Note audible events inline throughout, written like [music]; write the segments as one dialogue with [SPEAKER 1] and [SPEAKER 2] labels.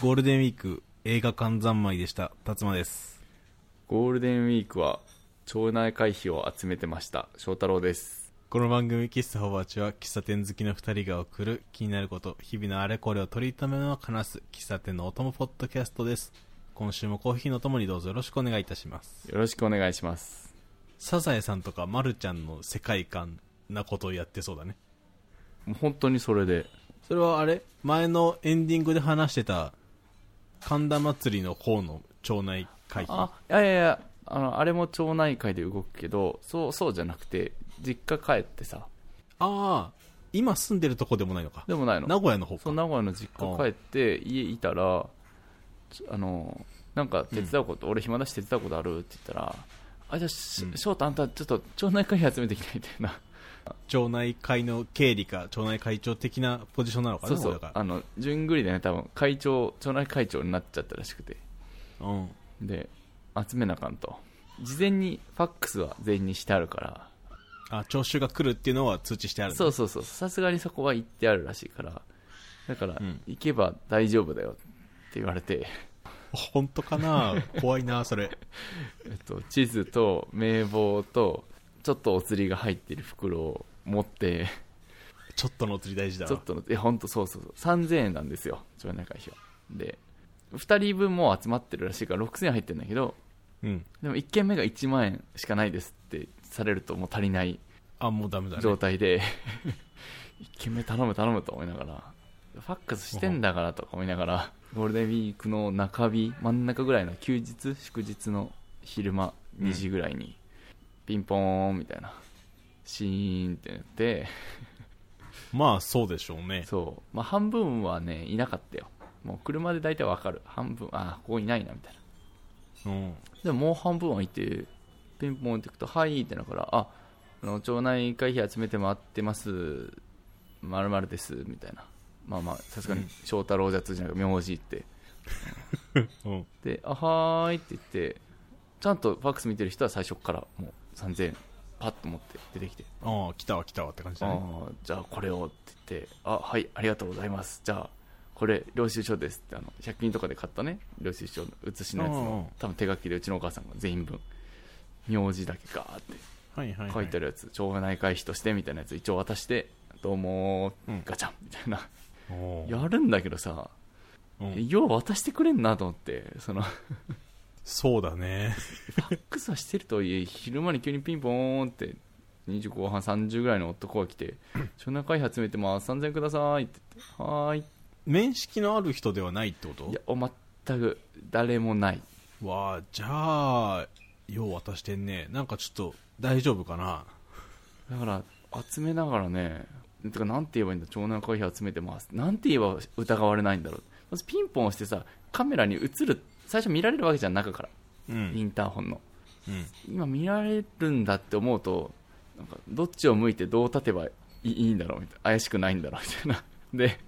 [SPEAKER 1] ゴールデンウィーク映画館三昧でした辰馬です
[SPEAKER 2] ゴールデンウィークは町内会費を集めてました翔太郎です
[SPEAKER 1] この番組「喫茶ホバーチ」は喫茶店好きの2人が送る気になること日々のあれこれを取り留めの話す喫茶店のお供ポッドキャストです今週もコーヒーのともにどうぞよろしくお願いいたします
[SPEAKER 2] よろしくお願いします
[SPEAKER 1] サザエさんとかまるちゃんの世界観なことをやってそうだね
[SPEAKER 2] もう本当にそれで
[SPEAKER 1] それはあれ前のエンディングで話してた神田祭りの方の町内会費
[SPEAKER 2] あいやいやいやあのあれも町内会で動くけどそうそうじゃなくて実家帰ってさ
[SPEAKER 1] ああ今住んでるとこでもないのか
[SPEAKER 2] でもないの
[SPEAKER 1] 名古屋の方
[SPEAKER 2] そう
[SPEAKER 1] か
[SPEAKER 2] 名古屋の実家帰って家いたらちょあのなんか手伝うこと、俺暇だし手伝うことあるって言ったらあじゃあし
[SPEAKER 1] うん
[SPEAKER 2] 翔太、あんたちょっと町内会費集めてきてみたいな
[SPEAKER 1] 町内会の経理か町内会長的なポジションなのかな
[SPEAKER 2] そうそ
[SPEAKER 1] 俺
[SPEAKER 2] う
[SPEAKER 1] が
[SPEAKER 2] あの順繰りでね多分会長町内会長になっちゃったらしくて
[SPEAKER 1] うん
[SPEAKER 2] で集めなあかんと事前にファックスは全員にしてあるから
[SPEAKER 1] あ聴衆が来るっていうのは通知してある
[SPEAKER 2] そうそうそうさすがにそこは行ってあるらしいからだから
[SPEAKER 1] うん
[SPEAKER 2] 行けば大丈夫だよって言われて、
[SPEAKER 1] 本当かな怖いなそれ
[SPEAKER 2] えっと、地図と名簿とちょっとお釣りが入ってる袋を持って
[SPEAKER 1] ちょっとのお釣り大事だ
[SPEAKER 2] ちょっとのえ本当そうそうそう3000円なんですよ町内会費はで2人分もう集まってるらしいから6000円入ってるんだけど
[SPEAKER 1] うん
[SPEAKER 2] でも1件目が1万円しかないですってされるともう足りない
[SPEAKER 1] あもうダメだ
[SPEAKER 2] 状
[SPEAKER 1] ね
[SPEAKER 2] 態で、一軒目頼む頼むと思いながら、ファックスしてんだからとか思いながら、ゴールデンウィークの中日、真ん中ぐらいの休日、祝日の昼間
[SPEAKER 1] うん
[SPEAKER 2] 2時ぐらいに、ピンポーンみたいな、シーンってなって、
[SPEAKER 1] まあそうでしょうね
[SPEAKER 2] そう、まあ半分はね、いなかったよ。もう車で大体わかる。半分、あ、ここいないなみたいな。
[SPEAKER 1] うん
[SPEAKER 2] でももう半分はいて、ピンポンっていくと、はいってなるから、あ、あの町内会費集めて回ってます、まるまるです、みたいな。まあまあ、さすがに
[SPEAKER 1] うん
[SPEAKER 2] 翔太郎じゃ通じないから、名字って。
[SPEAKER 1] うん
[SPEAKER 2] で、あはーいって言って、ちゃんとファックス見てる人は最初からもう3000円、パッと持って出てきて、
[SPEAKER 1] ああ来たわ来たわって感じだね
[SPEAKER 2] ああじゃあこれをって言ってあはいありがとうございますじゃあこれ領収書ですってあの100均とかで買ったね領収書の写しのやつ
[SPEAKER 1] うんうん
[SPEAKER 2] の多分手書きでうちのお母さんが全員分名字だけガーって
[SPEAKER 1] はいはい、はい、
[SPEAKER 2] 書いてあるやつ町内会費としてみたいなやつ一応渡してどうもー
[SPEAKER 1] うん
[SPEAKER 2] ガチャンみたいな
[SPEAKER 1] おー
[SPEAKER 2] やるんだけどさ
[SPEAKER 1] うん、
[SPEAKER 2] よう渡してくれんなと思ってそのフ
[SPEAKER 1] そうだね
[SPEAKER 2] ァックスはしてるとはいえ昼間に急にピンポーンって20後半30ぐらいの男が
[SPEAKER 1] [laughs]
[SPEAKER 2] 来て町内会費集めてます3000円くださいって言ってはーい
[SPEAKER 1] 面識のある人ではないってこと
[SPEAKER 2] いやお全く誰もない
[SPEAKER 1] わあじゃあよう渡してんねなんかちょっと大丈夫かな
[SPEAKER 2] だから集めながらねてかなんて言えばいいんだ長男会費集めてますなんて言えば疑われないんだろうまずピンポン押してさカメラに映る最初見られるわけじゃん中から
[SPEAKER 1] うん
[SPEAKER 2] インターホンの
[SPEAKER 1] うん
[SPEAKER 2] 今見られるんだって思うとなんかどっちを向いてどう立てばいいいいんだろうみたいな怪しくないんだろうみたいな [laughs] で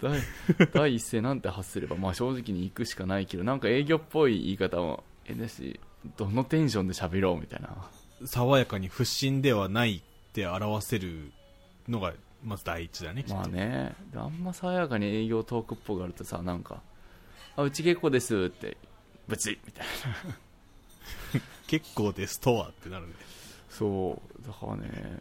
[SPEAKER 2] 第第一声なんて発すれば、まあ、正直に行くしかないけどなんか営業っぽい言い方もえだしどのテンションで喋ろうみたいな
[SPEAKER 1] 爽やかに不審ではないって表せるのがまず第一だね、きっと
[SPEAKER 2] まあねであんま爽やかに営業トークっぽくあるとさなんか「あうち結構です」って「ブチッ」みたいな
[SPEAKER 1] 結構ですとはってなるね
[SPEAKER 2] そうだからね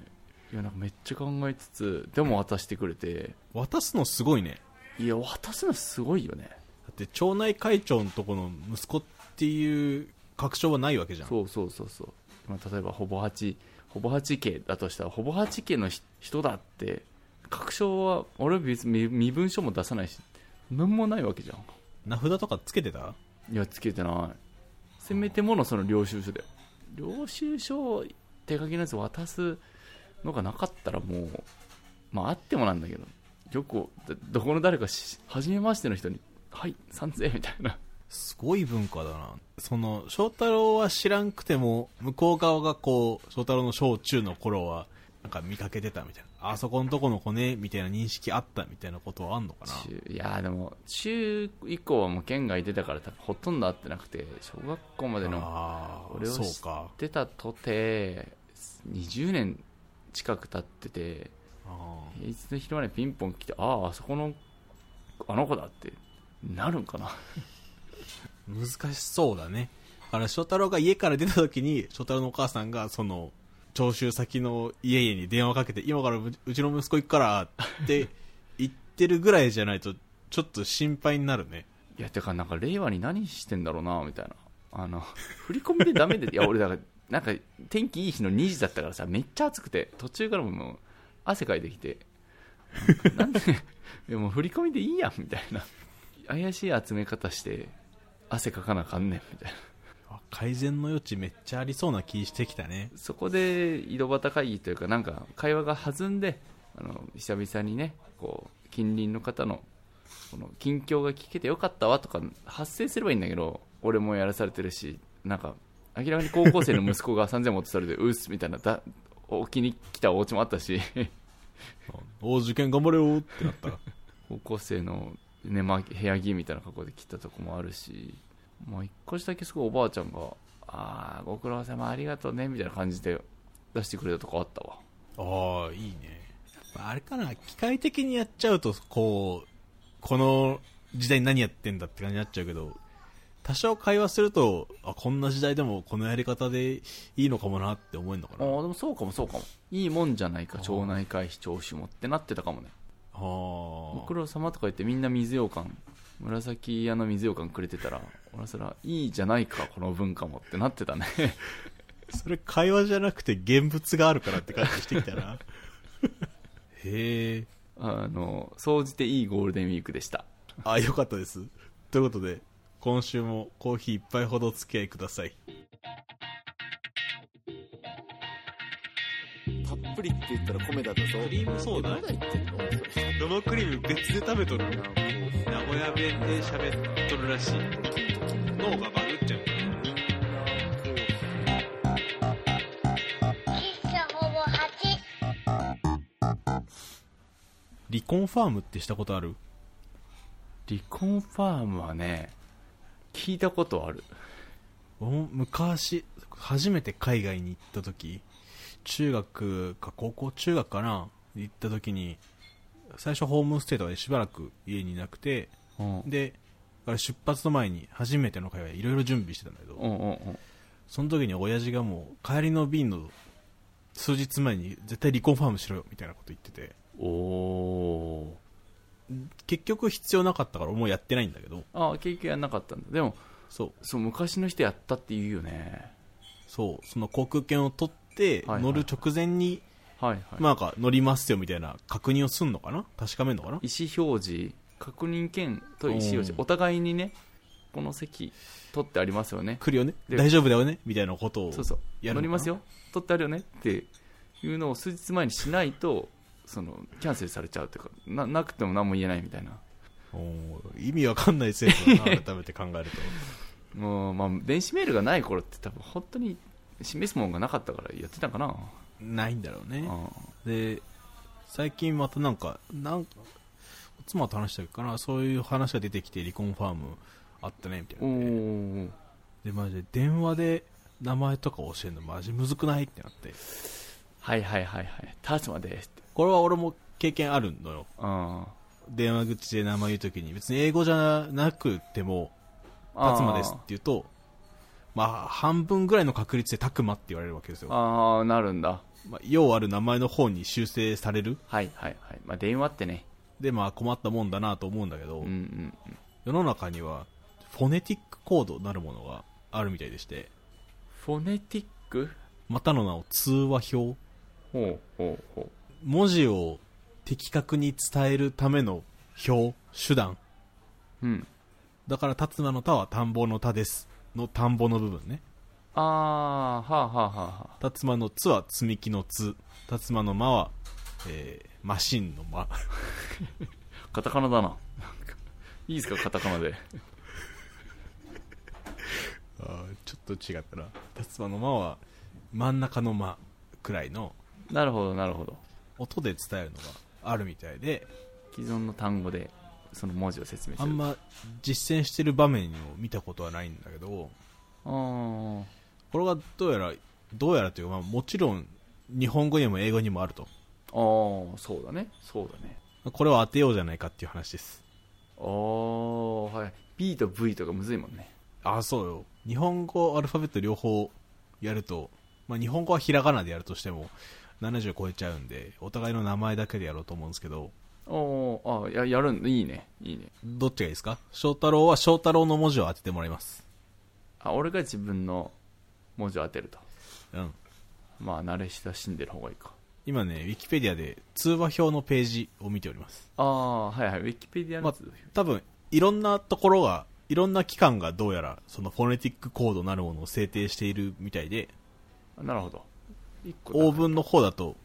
[SPEAKER 2] いやなんかめっちゃ考えつつでも渡してくれて
[SPEAKER 1] 渡すのすごいね
[SPEAKER 2] いや渡すのすごいよね
[SPEAKER 1] だって町内会長のとこの息子っていう確証はないわけじゃん
[SPEAKER 2] そうそうそうそうまあ例えばほぼ8ほぼ8家だとしたらほぼ8家のひ人だって確証は俺は別に身身分証も出さないし何もないわけじゃん
[SPEAKER 1] 名札とかつけてた
[SPEAKER 2] いやつけてないせめてものその領収書だよ領収書を手書きのやつ渡すのがなかったらもうまああってもなんだけどよくだどこの誰かし初めましての人に「はい3000円」みたいな
[SPEAKER 1] すごい文化だなその翔太郎は知らんくても向こう側がこう翔太郎の小中の頃はなんか見かけてたみたいなあそこのとこの子ねみたいな認識あったみたいなことはあんのかない
[SPEAKER 2] やでも中以降はもう県外出たから多分ほとんど会ってなくて小学校までの
[SPEAKER 1] ああ
[SPEAKER 2] 俺を知っ
[SPEAKER 1] そうか
[SPEAKER 2] 出たとて20年近く経ってて
[SPEAKER 1] あー
[SPEAKER 2] 平日の昼間にピンポン来てあああそこのあの子だってなるんかな
[SPEAKER 1] 難しそうだねだから翔太郎が家から出た時に翔太郎のお母さんがその徴収先の家々に電話かけて今からううちの息子行くから [laughs] って言ってるぐらいじゃないとちょっと心配になるね
[SPEAKER 2] いやてかなんか令和に何してんだろうなみたいなあの振り込みでダメでいや俺だからなんか天気いい日の2時だったからさめっちゃ暑くて途中からももう汗かいてきてなんでいやもう振り込みでいいやんみたいな怪しい集め方して汗かかなあかんねんみたいな
[SPEAKER 1] あ改善の余地めっちゃありそうな気してきたね
[SPEAKER 2] そこで井戸端会議というかなんか会話が弾んであの久々にねこう近隣の方のこの近況が聞けてよかったわとか発生すればいいんだけど俺もやらされてるしなんか明らかに高校生の息子が3000も落とされて [laughs] うっすみたいなだ置きに来たお家もあったし [laughs]
[SPEAKER 1] お受験頑張れよってなったら
[SPEAKER 2] 高校生の、ねまあ、部屋着みたいな格好で来たとこもあるし、まあ、一個下だけすごいおばあちゃんが「ああご苦労様ありがとうね」みたいな感じで出してくれたとこあったわ
[SPEAKER 1] ああいいねやっぱあれかな機械的にやっちゃうとこうこの時代に何やってんだって感じになっちゃうけど多少会話するとあこんな時代でもこのやり方でいいのかもなって思えるのか
[SPEAKER 2] あ
[SPEAKER 1] な
[SPEAKER 2] ーでもそうかもそうかもいいもんじゃないか
[SPEAKER 1] あー
[SPEAKER 2] 町内会費徴収もってなってたかもねご
[SPEAKER 1] は
[SPEAKER 2] 苦労様とか言ってみんな水羊羹紫屋の水羊羹くれてたら俺はそれはいいじゃないかこの文化もってなってたね [laughs]
[SPEAKER 1] あそれ会話じゃなくて現物があるからって感じしてきたなへえ
[SPEAKER 2] あの総じていいゴールデンウィークでした
[SPEAKER 1] あよかったですということで今週もコーヒー一杯ほどお付き合いください
[SPEAKER 3] たっぷりって言ったら米だとそう
[SPEAKER 1] リームソーダ生クリーム別で食べとる名古屋弁で喋っとるらしい脳がバグっちゃう
[SPEAKER 4] Kiss the Hobo Hatchet.
[SPEAKER 1] 離婚ファームってしたことある
[SPEAKER 2] 離婚ファームはね聞いたことある
[SPEAKER 1] 俺も昔初めて海外に行った時中学か高校中学かな行った時に最初ホームステイとかでしばらく家にいなくて
[SPEAKER 2] うんうん
[SPEAKER 1] でだから出発の前に初めての会話いろいろ準備してたんだけど、
[SPEAKER 2] うんうん
[SPEAKER 1] その時に親父がもう帰りの便の数日前に絶対離婚ファームしろよみたいなこと言ってて
[SPEAKER 2] おお
[SPEAKER 1] 結局必要なかったからもうやってないんだけど
[SPEAKER 2] ああ経験はなかったんだでも
[SPEAKER 1] そう
[SPEAKER 2] そう昔の人やったって言うよね
[SPEAKER 1] そうその航空券を取って
[SPEAKER 2] はいはい
[SPEAKER 1] 乗る直前に
[SPEAKER 2] はいはい
[SPEAKER 1] まあなんか乗りますよみたいな確認をすんのかな確かめるのかな
[SPEAKER 2] 意思表示確認兼と意思表示
[SPEAKER 1] うん
[SPEAKER 2] お互いにねこの席取ってありますよね
[SPEAKER 1] 来るよね
[SPEAKER 2] で
[SPEAKER 1] 大丈夫だよねみたいなことを
[SPEAKER 2] そうそう
[SPEAKER 1] やるのかな
[SPEAKER 2] 乗りますよ取ってあるよねっていうのを数日前にしないとそのキャンセルされちゃうっていうかななくても何も言えないみたいな
[SPEAKER 1] おー意味わかんない制度だな改めて考えると
[SPEAKER 2] もうまあ電子メールがない頃って多分本当に示すもんがなかったからやってたんかな
[SPEAKER 1] ないんだろうね
[SPEAKER 2] あ
[SPEAKER 1] で最近またなんかなんか妻と話した時かなそういう話が出てきて離婚ファームあったねみた
[SPEAKER 2] お
[SPEAKER 1] いな
[SPEAKER 2] ー
[SPEAKER 1] でマジで電話で名前とか教えるのマジむずくないってなって
[SPEAKER 2] はいはいはいはい達馬ですって
[SPEAKER 1] これは俺も経験あるのよ
[SPEAKER 2] あ
[SPEAKER 1] 電話口で名前言う時に別に英語じゃなくても「
[SPEAKER 2] あ
[SPEAKER 1] 達馬です」って言うとまあ半分ぐらいの確率で「たくま」って言われるわけですよ、
[SPEAKER 2] ああなるんだ
[SPEAKER 1] まあ、要ある名前の方に修正される
[SPEAKER 2] はいはいはい、まあ、電話ってね
[SPEAKER 1] でまあ困ったもんだなと思うんだけど、
[SPEAKER 2] うんうん
[SPEAKER 1] 世の中にはフォネティックコードなるものがあるみたいでして
[SPEAKER 2] フォネティック
[SPEAKER 1] またの名を通話表
[SPEAKER 2] ほうほうほう
[SPEAKER 1] 文字を的確に伝えるための表手段
[SPEAKER 2] うん
[SPEAKER 1] だから辰馬の田は田んぼの田ですの田んぼの部分ね
[SPEAKER 2] ああはあはあはあは
[SPEAKER 1] 辰馬の「つ」は積み木の「つ」辰馬の「間は、えーマシンの「間」
[SPEAKER 2] あカタカナだななんかいいですかカタカナで
[SPEAKER 1] あーちょっと違ったな辰馬の「間」は真ん中の「間」くらいの
[SPEAKER 2] [laughs] なるほどなるほど
[SPEAKER 1] 音で伝えるのがあるみたいで
[SPEAKER 2] 既存の単語でその文字を説明す
[SPEAKER 1] あ
[SPEAKER 2] る
[SPEAKER 1] んま実践してる場面を見たことはないんだけど
[SPEAKER 2] あー
[SPEAKER 1] これがどうやらどうやらというか、まあ、もちろん日本語にも英語にもあると
[SPEAKER 2] あーそうだねそうだね
[SPEAKER 1] これを当てようじゃないかっていう話です
[SPEAKER 2] あおーはい B と V とかむずいもんね
[SPEAKER 1] あ、そうよ。日本語、アルファベット両方やると、まあ、日本語はひらがなでやるとしても、70超えちゃうんで、お互いの名前だけでやろうと思うんですけど、
[SPEAKER 2] おーあややるんいいねいいね
[SPEAKER 1] どっちがいいですか翔太郎は翔太郎の文字を当ててもらいます。
[SPEAKER 2] あ俺が自分の文字を当てると
[SPEAKER 1] うん。
[SPEAKER 2] まあ慣れ親しんでる方がいいか
[SPEAKER 1] 今ね、ウィキペディアで通話表のページを見ております。
[SPEAKER 2] ああはいはいウィキペディア
[SPEAKER 1] ま
[SPEAKER 2] のや
[SPEAKER 1] あ
[SPEAKER 2] つ、、
[SPEAKER 1] 多分、いろんなところが、いろんな機関がどうやら、そのフォネティックコードなるものを制定しているみたいで、
[SPEAKER 2] なるほど一個だ
[SPEAKER 1] 欧文の方だと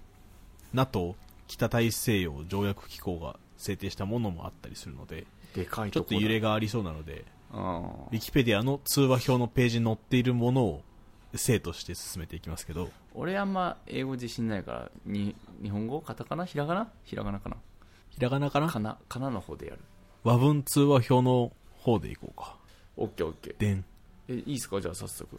[SPEAKER 1] NATO 北大西洋条約機構が制定したものもあったりするので
[SPEAKER 2] でかい
[SPEAKER 1] ちょ
[SPEAKER 2] と
[SPEAKER 1] っ
[SPEAKER 2] こと
[SPEAKER 1] 揺れがありそうなので
[SPEAKER 2] あ
[SPEAKER 1] ウィキペディアの通話表のページに載っているものを正として進めていきますけど
[SPEAKER 2] 俺あんま英語自信ないからに日本語カタカナひらがなひらがなかな
[SPEAKER 1] ひらがなかな
[SPEAKER 2] かなかなの方でやる
[SPEAKER 1] 和文通話表の方でいこうか
[SPEAKER 2] オッケーオッケー
[SPEAKER 1] でん、
[SPEAKER 2] えいいっすかじゃあ早速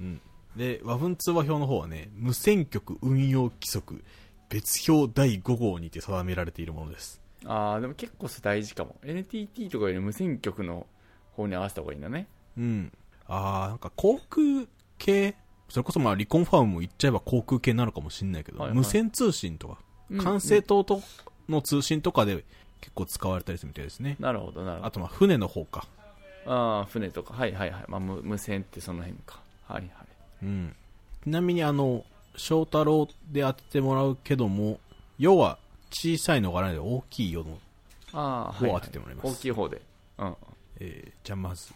[SPEAKER 1] うん、で和文通話表の方はね無線局運用規則別表第5号にて定められているものです
[SPEAKER 2] ああでも結構それ大事かも NTT とかより無線局の方に合わせた方がいいんだね
[SPEAKER 1] うん。ああ、なんか航空系、それこそまあ離婚ファームも言っちゃえば航空系になるかもしれないけど、
[SPEAKER 2] はいはい
[SPEAKER 1] 無線通信とか、
[SPEAKER 2] うん
[SPEAKER 1] 管制塔との通信とかで結構使われたりするみたいですね。
[SPEAKER 2] なるほどなるほ
[SPEAKER 1] あ
[SPEAKER 2] ど
[SPEAKER 1] とまあ船の方か。
[SPEAKER 2] ああ船とかはいはいはい、まあ、無無線ってその辺かはいはい
[SPEAKER 1] うん。ちなみにあの、翔太郎で当ててもらうけども、要は小さいのがないで大きいよの、
[SPEAKER 2] ああはい、は
[SPEAKER 1] を
[SPEAKER 2] い、
[SPEAKER 1] 当ててもらいます
[SPEAKER 2] 大きい方でうん
[SPEAKER 1] えー、じゃあまず、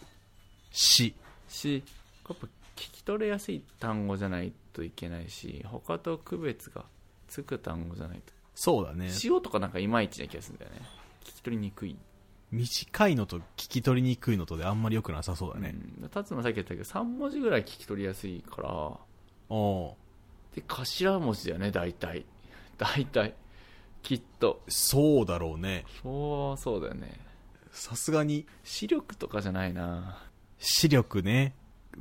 [SPEAKER 1] し、
[SPEAKER 2] しやっぱ聞き取れやすい単語じゃないといけないし他と区別がつく単語じゃないと
[SPEAKER 1] そうだね。
[SPEAKER 2] 塩とかなんかいまいちな気がするんだよね聞き取りにくい
[SPEAKER 1] 短いのと聞き取りにくいのとであんまり良くなさそうだね。
[SPEAKER 2] うん辰馬さっき言ったけど3文字ぐらい聞き取りやすいから
[SPEAKER 1] おー
[SPEAKER 2] で頭文字だよね大体 [laughs] 大体きっと
[SPEAKER 1] そうだろうね。
[SPEAKER 2] そうそうだよね
[SPEAKER 1] さすがに
[SPEAKER 2] 視力とかじゃないな
[SPEAKER 1] 視力ね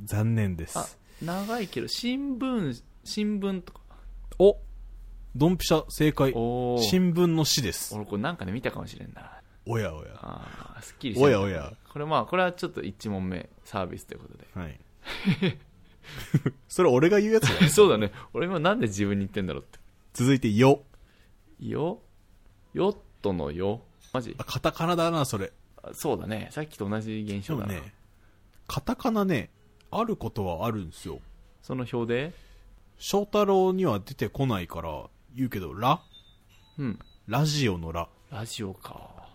[SPEAKER 1] 残念で
[SPEAKER 2] あ
[SPEAKER 1] す
[SPEAKER 2] 長いけど新聞新聞とか
[SPEAKER 1] おドンピシャ正解
[SPEAKER 2] おお
[SPEAKER 1] 新聞の詩です
[SPEAKER 2] 俺これなんかで見たかもしれんな
[SPEAKER 1] おやおや
[SPEAKER 2] ああすっきりした
[SPEAKER 1] おやおや
[SPEAKER 2] これまあこれはちょっと1問目サービスということで
[SPEAKER 1] はい [laughs] それ俺が言うやつだ [laughs]
[SPEAKER 2] そうだね俺今なんで自分に言ってんだろうっ
[SPEAKER 1] 続いて「よ
[SPEAKER 2] てよヨットのよマジ」
[SPEAKER 1] あカタカナだなそれ
[SPEAKER 2] あそうだねさっきと同じ現
[SPEAKER 1] で
[SPEAKER 2] 象
[SPEAKER 1] も
[SPEAKER 2] だな、
[SPEAKER 1] ねカタカナねあることはあるんですよ
[SPEAKER 2] その表で
[SPEAKER 1] 翔太郎には出てこないから言うけど「ラ
[SPEAKER 2] うん」
[SPEAKER 1] ラジオの「ラ
[SPEAKER 2] ラジオか」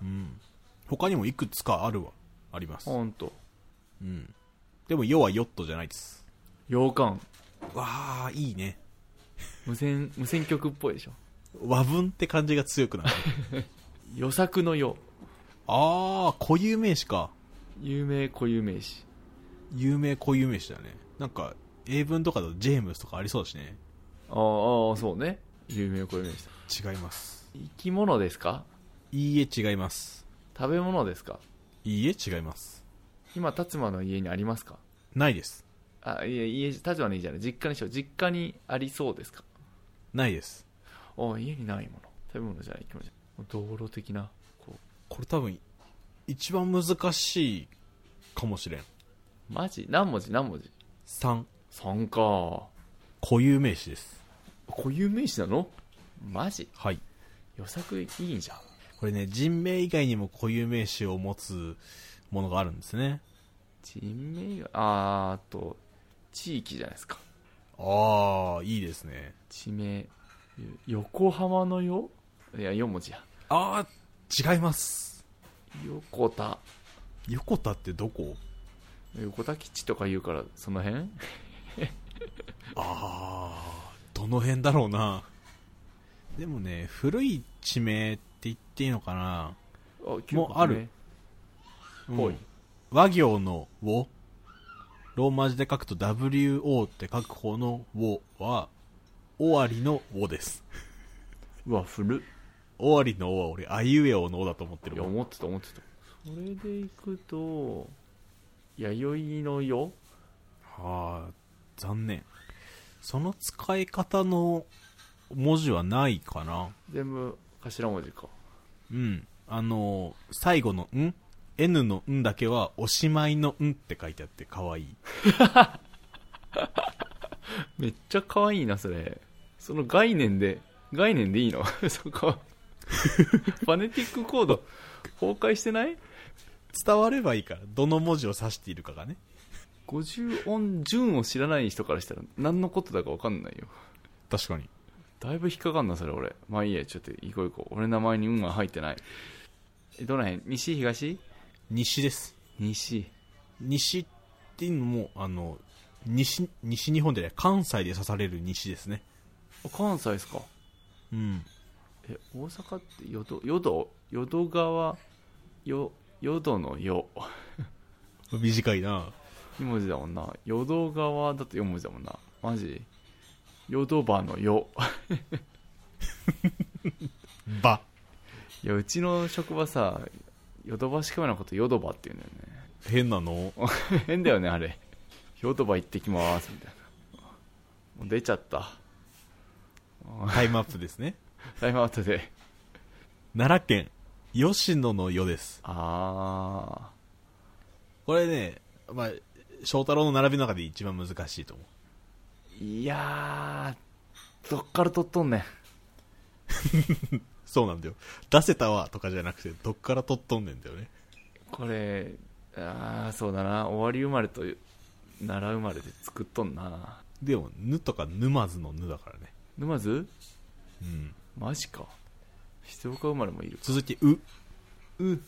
[SPEAKER 1] うん他にもいくつかあるはあります
[SPEAKER 2] ほんと
[SPEAKER 1] うんでも「よ」は「ヨット」じゃないです
[SPEAKER 2] 洋館
[SPEAKER 1] わあいいね
[SPEAKER 2] 無線無線局っぽいでしょ
[SPEAKER 1] 和文って感じが強 [laughs] くなる
[SPEAKER 2] 予作のよ
[SPEAKER 1] ああ固有名詞か
[SPEAKER 2] 有名固有名詞
[SPEAKER 1] 有名固有名詞だねなんか英文とかだとジェームスとかありそうだしね
[SPEAKER 2] あーあーそうね有名固有名詞
[SPEAKER 1] 違います
[SPEAKER 2] 生き物ですか
[SPEAKER 1] いいえ違います
[SPEAKER 2] 食べ物ですか
[SPEAKER 1] いいえ違います
[SPEAKER 2] 今達馬の家にありますか
[SPEAKER 1] ないです
[SPEAKER 2] あいや家達馬の家じゃない実家にしよう実家にありそうですか
[SPEAKER 1] ないです
[SPEAKER 2] あ家にないもの食べ物じゃない生き物じゃない道路的なこう
[SPEAKER 1] これ多分一番難しいかもしれん
[SPEAKER 2] マジ何文字何文字
[SPEAKER 1] 3
[SPEAKER 2] 3か
[SPEAKER 1] 固有名詞です
[SPEAKER 2] 固有名詞なのマジ
[SPEAKER 1] はい
[SPEAKER 2] 予作いいじゃん
[SPEAKER 1] これね人名以外にも固有名詞を持つものがあるんですね
[SPEAKER 2] 人名があーあと地域じゃないですか
[SPEAKER 1] ああいいですね
[SPEAKER 2] 地名よ横浜のよいや4文字や
[SPEAKER 1] ああ違います
[SPEAKER 2] 横田
[SPEAKER 1] 横田ってどこ
[SPEAKER 2] 横田基地とか言うからその辺
[SPEAKER 1] あーどの辺だろうなでもね古い地名って言っていいのかな、もうあるうん
[SPEAKER 2] ほい
[SPEAKER 1] 和行の「を」ローマ字で書くと「WO」って書く方の「を」は終わりの「を」です
[SPEAKER 2] うわ古っ
[SPEAKER 1] 終わりの「を」は俺あいうえおの「を」だと思って
[SPEAKER 2] い
[SPEAKER 1] る
[SPEAKER 2] や
[SPEAKER 1] もん
[SPEAKER 2] 思ってた思ってたそれでいくと弥生のよ
[SPEAKER 1] はあ残念その使い方の文字はないかな
[SPEAKER 2] 全部頭文字か
[SPEAKER 1] うんあのー最後の「ん」N の「ん」だけはおしまいの「ん」って書いてあって可愛い
[SPEAKER 2] めっちゃ可愛いなそれその概念で概念でいいの [laughs] そこファネティックコード崩壊してない
[SPEAKER 1] 伝わればいいからどの文字を指しているかがね
[SPEAKER 2] 50音順を知らない人からしたら何のことだか分かんないよ
[SPEAKER 1] 確かに
[SPEAKER 2] だいぶ引っかかんなそれ俺まあいいやちょっと行こう行こう俺の名前に運は入ってないえどの辺西東
[SPEAKER 1] 西です
[SPEAKER 2] 西
[SPEAKER 1] 西っていうのもあの西西日本でね関西で刺される西ですね
[SPEAKER 2] あ関西ですか
[SPEAKER 1] うん
[SPEAKER 2] え大阪って淀淀淀川よ淀のよ
[SPEAKER 1] 短いな
[SPEAKER 2] 2文字だもんな淀川だって4文字だもんなマジ淀場のよ [laughs]
[SPEAKER 1] ば
[SPEAKER 2] いやうちの職場さ淀場しかのこと淀場って言うんだよね
[SPEAKER 1] 変なの
[SPEAKER 2] 変だよねあ [laughs] れヨドバ行ってきますみたいなもう出ちゃった
[SPEAKER 1] タイムアップですね
[SPEAKER 2] タイムアウトで
[SPEAKER 1] 奈良県吉野の世です
[SPEAKER 2] あ
[SPEAKER 1] これね、まあ、翔太郎の並びの中で一番難しいと思う
[SPEAKER 2] ーいやーどっから取っとんねん
[SPEAKER 1] そうなんだよ出せたわとかじゃなくてどっから取っとんねんだよね
[SPEAKER 2] これああそうだな終わり生まれと奈良生まれで作っとんな
[SPEAKER 1] でも「ぬ」とか「沼津の「ぬ」だからね
[SPEAKER 2] 沼津
[SPEAKER 1] うん
[SPEAKER 2] マジか静岡生まれもいる
[SPEAKER 1] 続いて「う」
[SPEAKER 2] う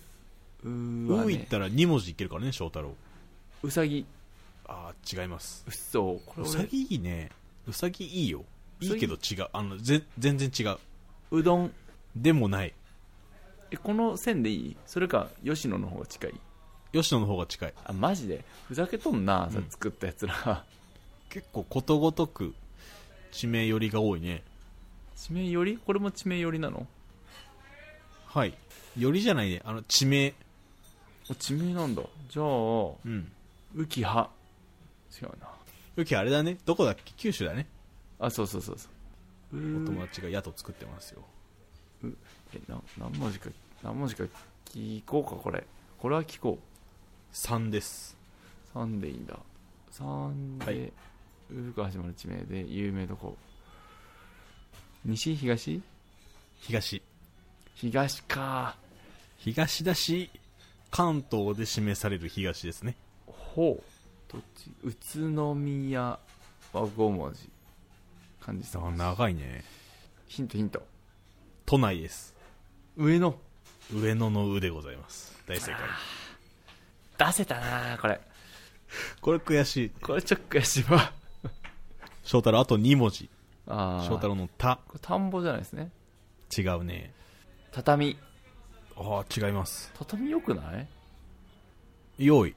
[SPEAKER 2] う
[SPEAKER 1] う
[SPEAKER 2] わ、
[SPEAKER 1] いっ
[SPEAKER 2] ね、
[SPEAKER 1] たら2文字いけるからね翔太郎
[SPEAKER 2] うさぎ
[SPEAKER 1] ああ違います
[SPEAKER 2] うっそうこれ
[SPEAKER 1] う
[SPEAKER 2] 俺
[SPEAKER 1] さぎいいねうさぎいいよ
[SPEAKER 2] う
[SPEAKER 1] い
[SPEAKER 2] さぎ
[SPEAKER 1] いけど違うあのぜ全然違う
[SPEAKER 2] うどん
[SPEAKER 1] でもない
[SPEAKER 2] えこの線でいいそれか吉野の方が近い
[SPEAKER 1] 吉野の方が近い
[SPEAKER 2] あマジでふざけとんな、さ
[SPEAKER 1] うん
[SPEAKER 2] 作ったやつら [laughs]
[SPEAKER 1] 結構ことごとく地名寄りが多いね
[SPEAKER 2] 地名寄りこれも地名寄りなの
[SPEAKER 1] はい寄りじゃないねあの地名
[SPEAKER 2] お地名なんだじゃあ
[SPEAKER 1] うん
[SPEAKER 2] 浮き葉違うな
[SPEAKER 1] よきあれだねどこだっけ九州だね
[SPEAKER 2] あそうそうそうそうう
[SPEAKER 1] お友
[SPEAKER 2] ー
[SPEAKER 1] 達が宿作ってますよ
[SPEAKER 2] えな何文字か何文字か聞こうかこれこれは聞こ
[SPEAKER 1] 3です
[SPEAKER 2] う3でいいんだ3で、
[SPEAKER 1] はいう
[SPEAKER 2] が始まる地名で有名どこ西東
[SPEAKER 1] 東
[SPEAKER 2] 東か
[SPEAKER 1] 東だし関東で示される東ですね
[SPEAKER 2] ほうどっち宇都宮は5文字漢字3文字
[SPEAKER 1] 長いね
[SPEAKER 2] ヒントヒント
[SPEAKER 1] 都内です
[SPEAKER 2] 上野
[SPEAKER 1] 上野の「う」でございます大正解
[SPEAKER 2] 出せたなこれ
[SPEAKER 1] これ悔しい
[SPEAKER 2] これちょっと悔しいわ
[SPEAKER 1] 翔太郎あと2文字
[SPEAKER 2] ああ
[SPEAKER 1] 翔太郎の「た
[SPEAKER 2] これ田んぼじゃないですね」
[SPEAKER 1] 違うね
[SPEAKER 2] 畳
[SPEAKER 1] ああ違います
[SPEAKER 2] 畳よくない
[SPEAKER 1] 用意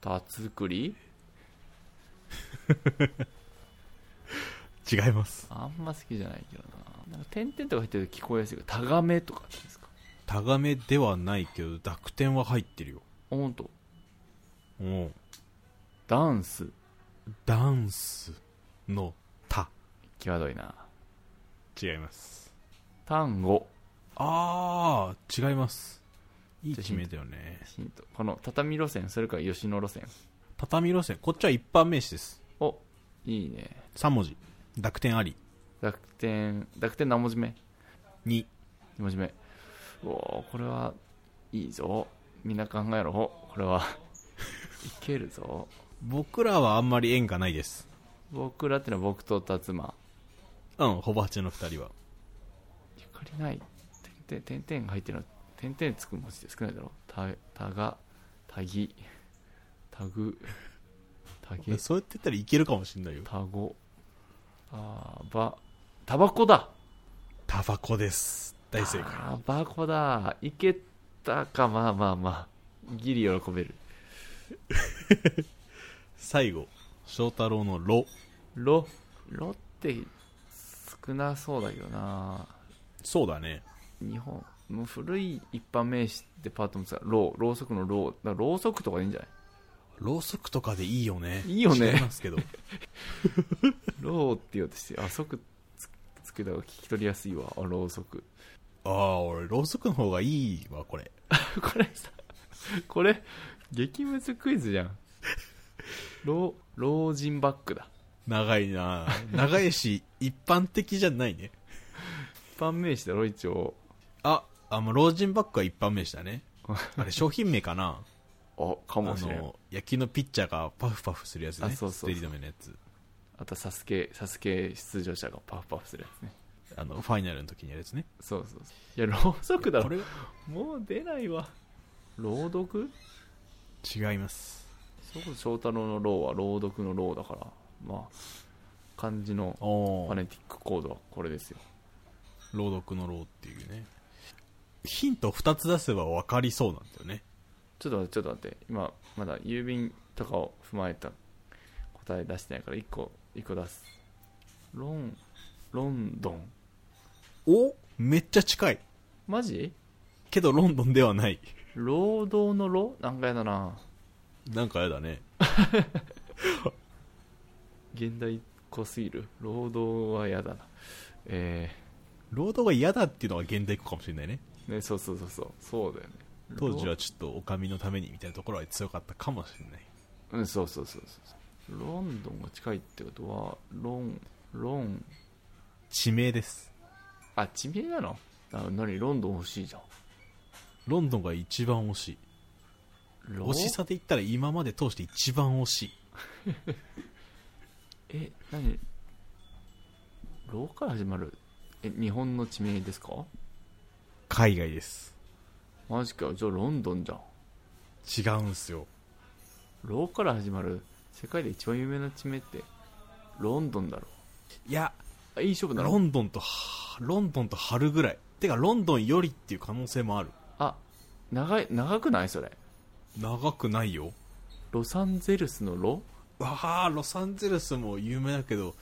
[SPEAKER 2] 田作り
[SPEAKER 1] 違います
[SPEAKER 2] あんま好きじゃないけどななんか点々とか入ってると聞こえやすいけどタガメとかって言うんですか
[SPEAKER 1] タガメではないけど濁点は入ってるよ
[SPEAKER 2] あほんと
[SPEAKER 1] うん
[SPEAKER 2] ダンス
[SPEAKER 1] ダンスの「た
[SPEAKER 2] 際どいな」
[SPEAKER 1] 違います
[SPEAKER 2] 単語
[SPEAKER 1] ああ違いますいい
[SPEAKER 2] じゃあ
[SPEAKER 1] 決めだよね
[SPEAKER 2] ヒントこの畳路線それから吉野路線
[SPEAKER 1] 畳路線こっちは一般名詞です
[SPEAKER 2] おいいね
[SPEAKER 1] 3文字濁点あり
[SPEAKER 2] 濁点濁点何文字目
[SPEAKER 1] 2
[SPEAKER 2] 2文字目おおこれはいいぞみんな考えろこれはいけるぞ
[SPEAKER 1] 僕らはあんまり縁がないです
[SPEAKER 2] 僕らってのは僕と辰馬
[SPEAKER 1] うんほぼ八の2人は
[SPEAKER 2] ゆかりない点々点々が入ってるの点々つく文字で少ないだろたたがたぎたぐたげ
[SPEAKER 1] そうやって言ったらいけるかもしんないよ
[SPEAKER 2] たごあばタバコだ
[SPEAKER 1] タバコです大正解
[SPEAKER 2] タバコだいけたかまあまあまあギリ喜べる
[SPEAKER 1] 最後翔太郎の「ロ
[SPEAKER 2] ロロって少なそうだけどな」
[SPEAKER 1] そうだね
[SPEAKER 2] 日本もう古い一般名詞ってパートもさロろうそくのロだからろうそくとかでいいんじゃない
[SPEAKER 1] ろうそくとかでいいよね
[SPEAKER 2] いいよね
[SPEAKER 1] 違ますけど
[SPEAKER 2] ローって言おうとしてあ即つつけた方が聞き取りやすいわあろうそく [laughs]
[SPEAKER 1] ああ、俺、ろうそくの方がいいわ、これ。
[SPEAKER 2] これさこれ激ムズクイズじゃん老老人バッグだ
[SPEAKER 1] 長いな長いし、一般的じゃないね。
[SPEAKER 2] 一般名詞だろ一応
[SPEAKER 1] あ、あ、もう老人バッグは一般名詞だ
[SPEAKER 2] [laughs]
[SPEAKER 1] ね。あれ、商品名かな
[SPEAKER 2] あか
[SPEAKER 1] あ
[SPEAKER 2] もしれんあ
[SPEAKER 1] の、野球のピッチャーがパフパフするやつね。
[SPEAKER 2] あそうそうそう
[SPEAKER 1] ステリ止めのやつ。
[SPEAKER 2] とサスケサスケ出場者がパフパフするやつね
[SPEAKER 1] あの、ファイナルの時にやるやつね。
[SPEAKER 2] そうそうそういやろうそくだ
[SPEAKER 1] こ
[SPEAKER 2] ろ
[SPEAKER 1] れ
[SPEAKER 2] もう出ないわ朗読
[SPEAKER 1] 違います。
[SPEAKER 2] それこそ翔太郎の朗は朗読の朗だからまあ漢字の
[SPEAKER 1] お
[SPEAKER 2] ファネティックコードはこれですよ
[SPEAKER 1] 朗読の朗っていうね。ヒント2つ出せば分かりそうなんだよね。
[SPEAKER 2] ちょっと待ってちょっと待って今まだ郵便とかを踏まえた答え出してないから1個一個出すロンロンドン
[SPEAKER 1] おめっちゃ近い。
[SPEAKER 2] マジ
[SPEAKER 1] けどロンドンではない。
[SPEAKER 2] 労働のロなんかやだな
[SPEAKER 1] なんかやだね。
[SPEAKER 2] 現代っ子すぎる労働はやだなえ
[SPEAKER 1] 労働が嫌だっていうのが現代っ子かもしれないね。
[SPEAKER 2] ー、ねそうそうそうそうそうだよね
[SPEAKER 1] 当時はちょっとお上のためにみたいなところは強かったかもしれない。
[SPEAKER 2] うん、そうそうそうそうロンドンが近いってことはロンロン
[SPEAKER 1] 地名です。
[SPEAKER 2] あ地名なのあ何ロンドン欲しいじゃん
[SPEAKER 1] ロンドンが一番惜しい。
[SPEAKER 2] ロ
[SPEAKER 1] 惜しさで言ったら今まで通して一番惜しい。
[SPEAKER 2] え何ロから始まるえ日本の地名ですか
[SPEAKER 1] 海外です。
[SPEAKER 2] マジかじゃあロンドンじゃん
[SPEAKER 1] 違うんすよ。
[SPEAKER 2] ロから始まる世界で一番有名な地名ってロンドンだろ
[SPEAKER 1] いや、
[SPEAKER 2] あいい勝負だ
[SPEAKER 1] ロ
[SPEAKER 2] ろ
[SPEAKER 1] ンドンとは、ロンドンと春ぐらい。てか、ロンドンよりっていう可能性もある。
[SPEAKER 2] あ長い長くないそれ
[SPEAKER 1] 長くないよ。
[SPEAKER 2] ロサンゼルスのロ
[SPEAKER 1] わあ、ロサンゼルスも有名だけど、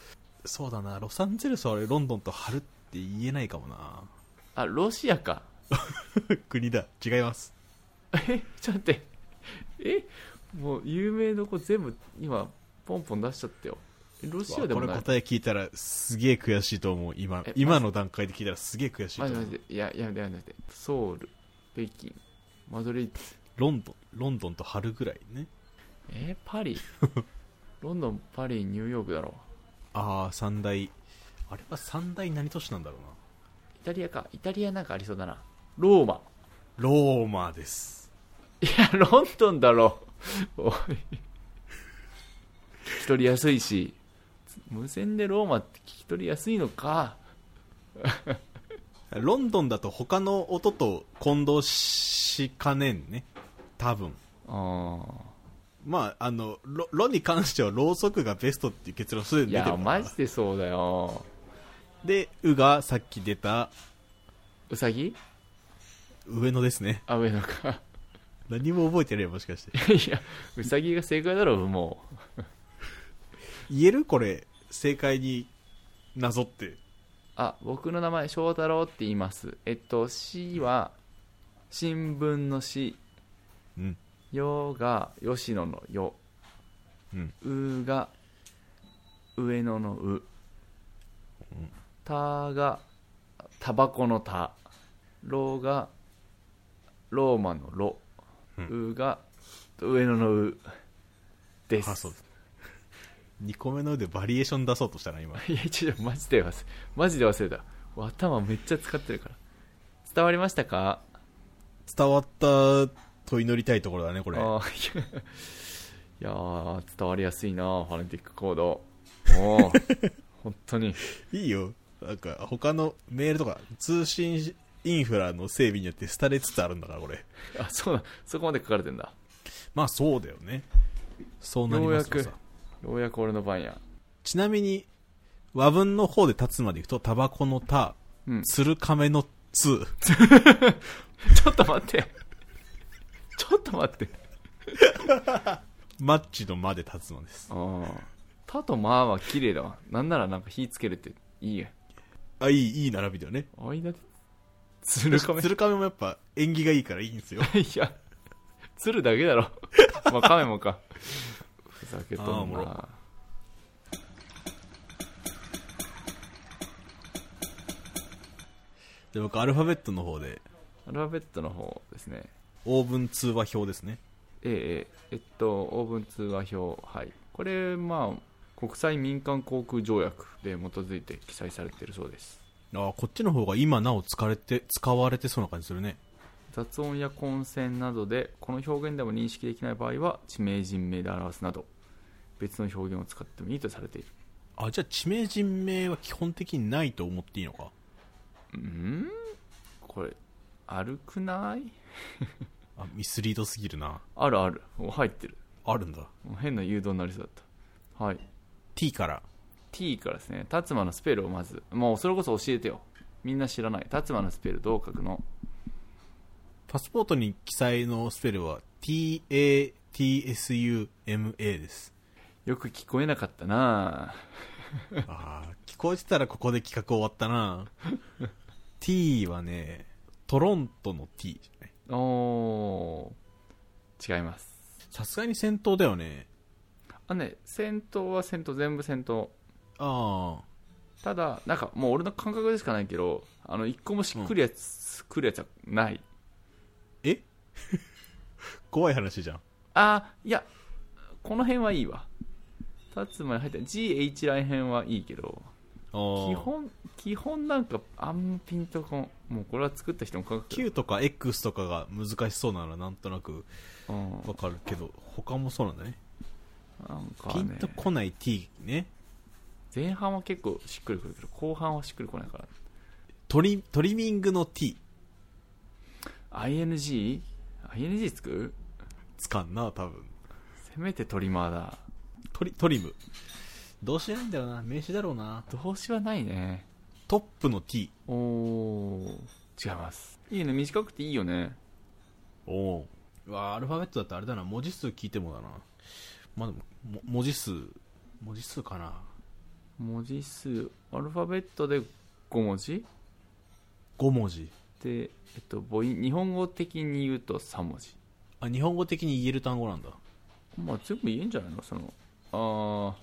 [SPEAKER 1] そうだな、ロサンゼルスはあれロンドンと春って言えないかもな。
[SPEAKER 2] あロシアか
[SPEAKER 1] 国だ。違います。
[SPEAKER 2] えちょっと待ってえもう有名どこ全部今ポンポン出しちゃったよえロシアでも
[SPEAKER 1] こ
[SPEAKER 2] な
[SPEAKER 1] れ
[SPEAKER 2] い
[SPEAKER 1] 答え聞いたらすげえ悔しいと思う今
[SPEAKER 2] え
[SPEAKER 1] 今の段階で聞いたらすげえ悔しいと
[SPEAKER 2] マジ
[SPEAKER 1] 思
[SPEAKER 2] マ
[SPEAKER 1] う
[SPEAKER 2] ジいややめてやめてソウル北京マドリード
[SPEAKER 1] ロンドンロンドンと春ぐらいね
[SPEAKER 2] えー
[SPEAKER 1] [laughs]
[SPEAKER 2] パリロンドンパリニューヨークだろ
[SPEAKER 1] ああ三大あれは三大何都市なんだろうな
[SPEAKER 2] イタリアかイタリアなんかありそうだなローマ
[SPEAKER 1] ローマです
[SPEAKER 2] いやロンドンだろおい聞き取りやすいし無線でローマって聞き取りやすいのか
[SPEAKER 1] ロンドンだと他の音と混同しかねんね多分
[SPEAKER 2] あ
[SPEAKER 1] まああのロロに関してはろうそくがベストっていう結論すで
[SPEAKER 2] ー
[SPEAKER 1] に出
[SPEAKER 2] い
[SPEAKER 1] て
[SPEAKER 2] や
[SPEAKER 1] るから
[SPEAKER 2] マジでそうだよ
[SPEAKER 1] で「う」がさっき出た
[SPEAKER 2] うさぎ
[SPEAKER 1] 上野ですね
[SPEAKER 2] あ上野
[SPEAKER 1] [laughs]
[SPEAKER 2] か
[SPEAKER 1] 何も覚えてないもしかして
[SPEAKER 2] いやうさぎが正解だろもう
[SPEAKER 1] 言えるこれ正解になぞって
[SPEAKER 2] あ僕の名前翔太郎って言いますえっと「し」は新聞の「し」
[SPEAKER 1] うん
[SPEAKER 2] 「よ」が吉野の「よ」
[SPEAKER 1] うん
[SPEAKER 2] 「う」が上野の「う」「た」がタバコの「た」「ろ」がローマの「ろ」
[SPEAKER 1] う
[SPEAKER 2] 「
[SPEAKER 1] ん
[SPEAKER 2] う」が上野の「う」です
[SPEAKER 1] あそうです2個目のでバリエーション出そうとしたな今
[SPEAKER 2] いや、ちょっとマジで忘れ、マジで忘れた。頭めっちゃ使ってるから。伝わりましたか
[SPEAKER 1] 伝わったと祈りたいところだねこれ
[SPEAKER 2] あーいやいや [laughs] ー、伝わりやすいなファネティックコード。おお本当に。
[SPEAKER 1] いいよなんか他のメールとか通信インフラの整備によって廃れつつあるんだからこれ
[SPEAKER 2] あ、そうだ。そこまで書かれてんだ。
[SPEAKER 1] まあそうだよねそうなりますよ
[SPEAKER 2] ようやく
[SPEAKER 1] さ
[SPEAKER 2] ようやく俺の番や。
[SPEAKER 1] ちなみに和文の方で立つまでいくとタバコの「タ
[SPEAKER 2] うん」
[SPEAKER 1] 鶴亀の「つ
[SPEAKER 2] ちょっと待って。ちょっと待って。」
[SPEAKER 1] マッチの「ま」で立つのです
[SPEAKER 2] ああ。たとまあは綺麗だわ。なんならなんか火つけるっていいや。
[SPEAKER 1] あいいいい並びだよね
[SPEAKER 2] 間で。鶴亀。
[SPEAKER 1] 鶴亀もやっぱ縁起がいいからいいんですよ
[SPEAKER 2] いや、鶴だけだろ。まあ、亀もか。ふざけ
[SPEAKER 1] あー
[SPEAKER 2] と
[SPEAKER 1] お
[SPEAKER 2] ん
[SPEAKER 1] もろ
[SPEAKER 2] な。
[SPEAKER 1] [laughs] で僕アルファベットの方で
[SPEAKER 2] アルファベットの方ですね
[SPEAKER 1] オーブン通話表ですね
[SPEAKER 2] えええっとオーブン通話表はいこれまあ国際民間航空条約で基づいて記載されているそうです
[SPEAKER 1] ああこっちの方が今なお使われて使われてそうな感じするね
[SPEAKER 2] 雑音や混戦などでこの表現でも認識できない場合は地名人名で表すなど別の表現を使ってもいいとされている
[SPEAKER 1] あじゃあ地名人名は基本的にないと思っていいのか
[SPEAKER 2] うんこれ歩くない
[SPEAKER 1] あミスリードすぎるな
[SPEAKER 2] あるあるもう入ってる
[SPEAKER 1] あるんだ
[SPEAKER 2] もう変な誘導になりそうだったはい
[SPEAKER 1] T から
[SPEAKER 2] T からですね達馬のスペルをまずもうそれこそ教えてよみんな知らない達馬のスペルどう書くの
[SPEAKER 1] パスポートに記載のスペルは TATSUMA です
[SPEAKER 2] よく聞こえなかったな
[SPEAKER 1] あー聞こえてたらここで企画終わったな [laughs] T はねトロントの T じゃない
[SPEAKER 2] ぁおー違います
[SPEAKER 1] さすがに戦闘だよね
[SPEAKER 2] あね戦闘は戦闘全部戦闘
[SPEAKER 1] ああ
[SPEAKER 2] ただなんかもう俺の感覚でしかないけどあの一個もしっくりやつ、くるやつはない
[SPEAKER 1] 怖い話じゃん
[SPEAKER 2] あーいやこの辺はいいわ達馬に入った GH らへんはいいけど基
[SPEAKER 1] 基
[SPEAKER 2] 本基本なんかあんまピンとこんもうこれは作った人の感覚
[SPEAKER 1] Q とか X とかが難しそうならなんとなく
[SPEAKER 2] うん
[SPEAKER 1] わかるけど他もそうなんだね
[SPEAKER 2] なんか
[SPEAKER 1] ピン
[SPEAKER 2] ね
[SPEAKER 1] とこない T ね
[SPEAKER 2] 前半は結構しっくりくるけど後半はしっくりこないから
[SPEAKER 1] トリトリミングの T
[SPEAKER 2] ING?ING つく
[SPEAKER 1] つかんな多分
[SPEAKER 2] せめてトリマーだ
[SPEAKER 1] トリトリムどうしないんだろうな名詞だろうな
[SPEAKER 2] 動詞はないね
[SPEAKER 1] トップの T
[SPEAKER 2] おー違いますいいね短くていいよね
[SPEAKER 1] おおうわアルファベットだってあれだな文字数聞いてもだなまあでもも文字数文字数かな
[SPEAKER 2] 文字数アルファベットで5文字
[SPEAKER 1] 5文字
[SPEAKER 2] で、えっと、母音日本語的に言うと3文字
[SPEAKER 1] あ日本語的に言える単語なんだ
[SPEAKER 2] まあ全部言えんじゃないのそのあー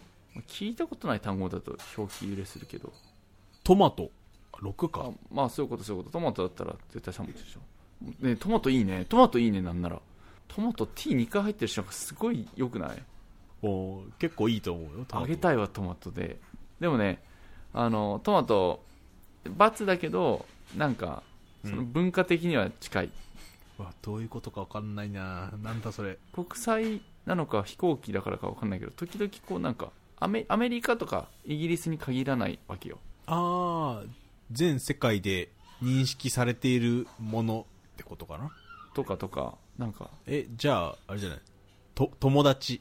[SPEAKER 2] 聞いたことない単語だと表記揺れするけど
[SPEAKER 1] トマト6
[SPEAKER 2] あ
[SPEAKER 1] か
[SPEAKER 2] まあそういうことそういうことトマトだったら絶対3文字でしょ、ね、トマトいいねトマトいいねなんならトマト T2 回入ってる人がすごい良くない
[SPEAKER 1] おおう結構いいと思うよ
[SPEAKER 2] あ
[SPEAKER 1] トマト
[SPEAKER 2] げたいわトマトででもねあのトマト×だけどなんか
[SPEAKER 1] う
[SPEAKER 2] そ
[SPEAKER 1] ん
[SPEAKER 2] の文化的には近い、
[SPEAKER 1] うわどういうことか分かんないななんだそれ
[SPEAKER 2] 国際なのか飛行機だからか分かんないけど時々こうなんかアメアメリカとかイギリスに限らないわけよ
[SPEAKER 1] ああ全世界で認識されているものってことかな
[SPEAKER 2] とかとかなんか
[SPEAKER 1] えじゃああれじゃないと友達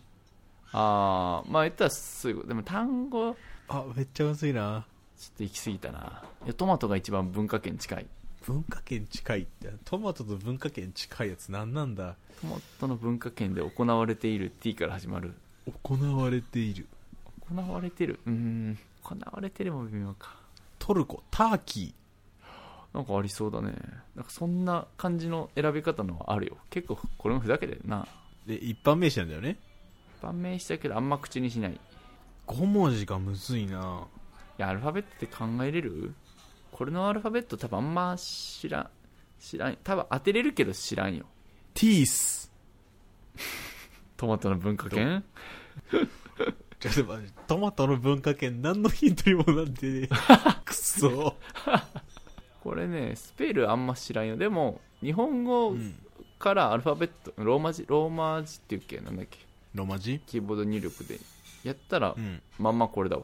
[SPEAKER 2] ああまあ言ったらそういうことでも単語
[SPEAKER 1] あめっちゃむずいな
[SPEAKER 2] ちょっと行き過ぎたないやトマトが一番文化圏近い
[SPEAKER 1] 文化圏近いってトマトと文化圏近いやつ何なんだ
[SPEAKER 2] トマトの文化圏で行われている T から始まる
[SPEAKER 1] 行われている
[SPEAKER 2] 行われてるうーん行われてるも微妙か
[SPEAKER 1] トルコターキ
[SPEAKER 2] なんかありそうだねなんかそんな感じの選び方のはあるよ結構これもふざけてるな
[SPEAKER 1] ーで一般名詞なんだよね
[SPEAKER 2] 晩名したけどあんま口にしないい
[SPEAKER 1] 5文字がむずいな
[SPEAKER 2] やアルファベットって考えれるこれのアルファベット多分あんま知らん知らん多分当てれるけど知らんよ
[SPEAKER 1] ティース
[SPEAKER 2] トマトの文化圏
[SPEAKER 1] ちょっと待ってトマトの文化圏何のヒントにもなんてね [laughs] くそ、
[SPEAKER 2] これねスペルあんま知らんよでも日本語
[SPEAKER 1] うん、
[SPEAKER 2] からアルファベットローマ字ローマ字っていうっけなんだっけ
[SPEAKER 1] ロマ字
[SPEAKER 2] キーボード入力でやったら、
[SPEAKER 1] うん
[SPEAKER 2] まんまこれだわ